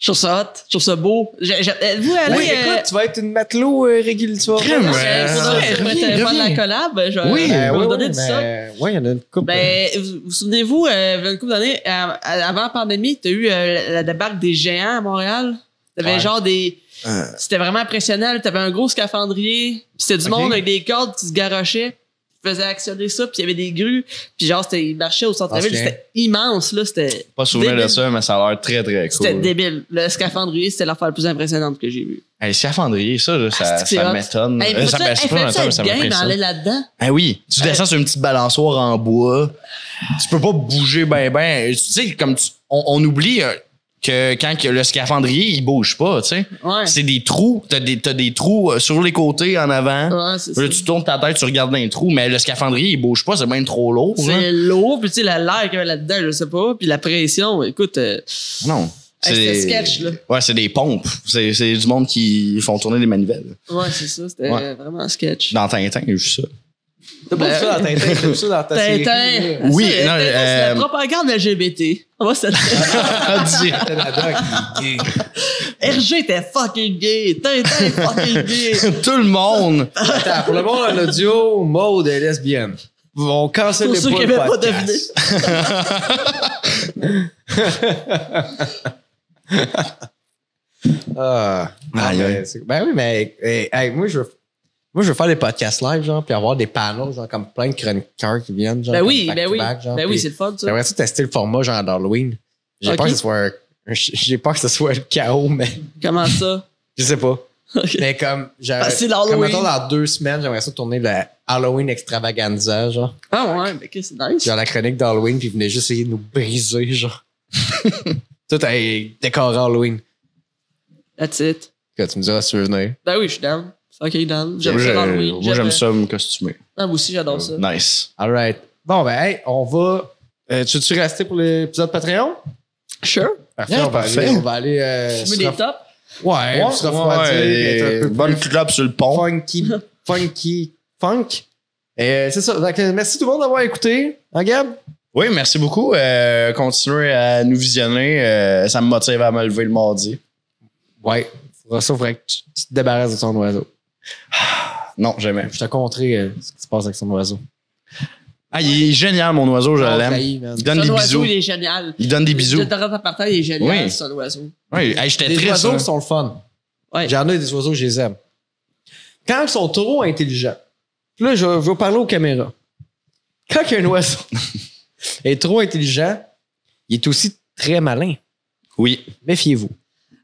Je trouve ça hot, je trouve ça beau. Je- je- Êtes-vous allé. Oui, euh, écoute, tu vas être une matelot euh, régulière, tu vas Crème, voir. ouais. Euh, pour de vrai, je pourrais Reviens, te faire de la reviens. collab. Je, Oui, je vais Ben, vous ouais, donner ouais, du stock. mais- ouais, il y en a une couple. Ben, vous vous souvenez-vous, euh, il y a une couple d'années, euh, avant la pandémie, t'as eu euh, la, la débarque des géants à Montréal. T'avais Ouais. genre des. Euh. C'était vraiment impressionnant. là. T'avais un gros scaphandrier, puis c'était du Ok. monde avec des cordes qui se garochaient, qui faisaient actionner ça, puis il y avait des grues, puis genre, c'était- ils marchaient au centre-ville. Ancien. C'était immense, là. C'était Pas souvenir de débile. ça, mais ça a l'air très, très c'était cool. débile. Le scaphandrier, c'était l'affaire la plus impressionnante que j'ai vue. Hey, scaphandrier, ça, là, Ah, ça, c'est que c'est ça hot. m'étonne. Hey, Euh, faut-tu- ça ben, c'est hey, pas faut-tu m'étonne, mais être ça m'impressionne. game aller là-dedans. Ah oui, tu descends sur une petite balançoire en bois. Tu peux pas bouger ben ben. Tu sais, comme tu- on, on oublie euh, que quand que le scaphandrier, il bouge pas, tu sais. Ouais. C'est des trous. T'as des, t'as des trous euh, sur les côtés, en avant. Ouais, c'est Là, ça. tu tournes ta tête, tu regardes dans les trous, mais le scaphandrier, il bouge pas, c'est même trop lourd. hein. C'est lourd, puis tu sais, la- l'air qu'il y avait là-dedans, je sais pas, puis la pression, écoute, euh, Non. Hey, c'était sketch, là. Ouais, c'est des pompes. C'est c'est du monde qui font tourner les manivelles. ouais, c'est ça, c'était Ouais. euh, vraiment un sketch. Dans Tintin, j'ai vu ça. T'as pas vu Ben- ça dans Tintin, t'as vu ça dans ta série. Tintin, là. Oui, c'est- non, Tintin, c'est la euh, propagande LGBT. On va se le dire. Direct. Tintin là-dedans qui est gay. Hergé était fucking gay, Tintin est fucking gay. Tout le monde. Attends, pour le monde en audio, Maud est lesbienne. On cancelle Pour les ceux qui podcasts. n'avaient pas deviné. Ah, Aïe, ben, aïe. c'est- ben oui, mais hey, hey, moi, je veux, moi, je veux faire des podcasts live, genre, puis avoir des panels, genre, comme plein de chroniqueurs qui viennent, genre, Ben comme oui, back ben to oui. back, genre, Ben oui, puis c'est le fun, ça. J'aimerais ça tester le format, genre, d'Halloween. J'ai Ok. peur que ce soit un- un- J'ai peur que ce soit le chaos, mais Comment ça? je sais pas. Ok. Mais comme, j'aimerais- Facile comme Halloween. mettons, dans deux semaines, j'aimerais ça tourner le Halloween extravaganza, genre. Ah ouais, mais que c'est nice. genre la chronique d'Halloween, puis il venait juste essayer de nous briser, genre. Tout est décoré Halloween. That's it. Quand tu me diras si tu veux venir. Ben oui, je suis down. Fucking down. J'aime Moi, ça dans le j'ai- week. moi, j'aime ça me costumer. Euh, Ah, moi aussi, j'adore ça. Nice. All right. Bon, ben, hey, on va. Euh, tu veux-tu rester pour l'épisode Patreon? Sure. Parfait, Yeah, on va parfait. aller. On va aller euh, Tu mets se des ref- tops. Ouais, se refroidir, être un et peu bonne plus clope sur le pont. funky, funky, funk. Et c'est ça. Donc, euh, merci tout le monde d'avoir écouté. Hein, Gab? Oui, merci beaucoup. Euh, continuez à nous visionner. Euh, ça me motive à me lever le mardi. Ouais. Faudra ça, faudrait que tu tu te débarrasses de ton oiseau. Non, jamais. Je te compterai euh, ce qui se passe avec son oiseau. Ah, il est génial, mon oiseau, je Oh, l'aime. Raï, man. Il donne Son des oiseau, bisous. il est génial. Il donne des Le bisous. terrain parterre, il est génial, Oui. son oiseau. Oui, hey, j'étais Les triste. oiseaux hein. sont le fun. Ouais. J'en ai des oiseaux, je les aime. Quand ils sont trop intelligents, puis là, je vais, je vais parler aux caméras. Quand un oiseau est trop intelligent, il est aussi très malin. Oui. Méfiez-vous.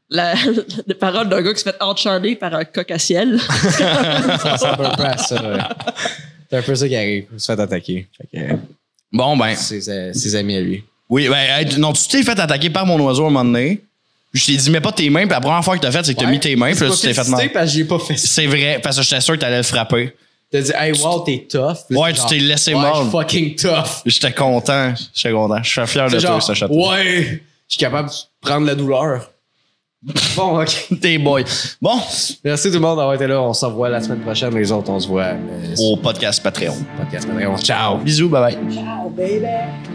La, les paroles d'un gars qui se fait encharner par un coq à ciel. Ça, C'est un peu près ça, euh, c'est un peu ça qui arrive. Il se fait attaquer. Fait que, euh, Bon, ben. ses, euh, ses amis à lui. Oui, ben, hey, tu- non, tu t'es fait attaquer par mon oiseau à un moment donné. Je t'ai dit, mets pas tes mains, puis la première fois que t'as fait, c'est que t'as Ouais. mis tes mains, puis là, tu t'es fait mal. mal. parce que j'ai pas fait ça. C'est vrai, parce que j'étais sûr que t'allais le frapper. T'as dit, hey, wow, t'es tough. Puis là, Ouais, c'est tu genre, t'es laissé Ouais, je mordre. suis fucking tough. J'étais content. J'étais content. Je suis fier de C'est toi, genre, ce chapeau. ouais, je suis capable de prendre la douleur. Bon, ok. T'es boy. Bon, Merci tout le monde d'avoir été là. On se revoit la semaine prochaine. Les autres, on se voit euh, sur au podcast Patreon. le podcast. Patreon. Ciao! Bisous, bye bye. Ciao, baby.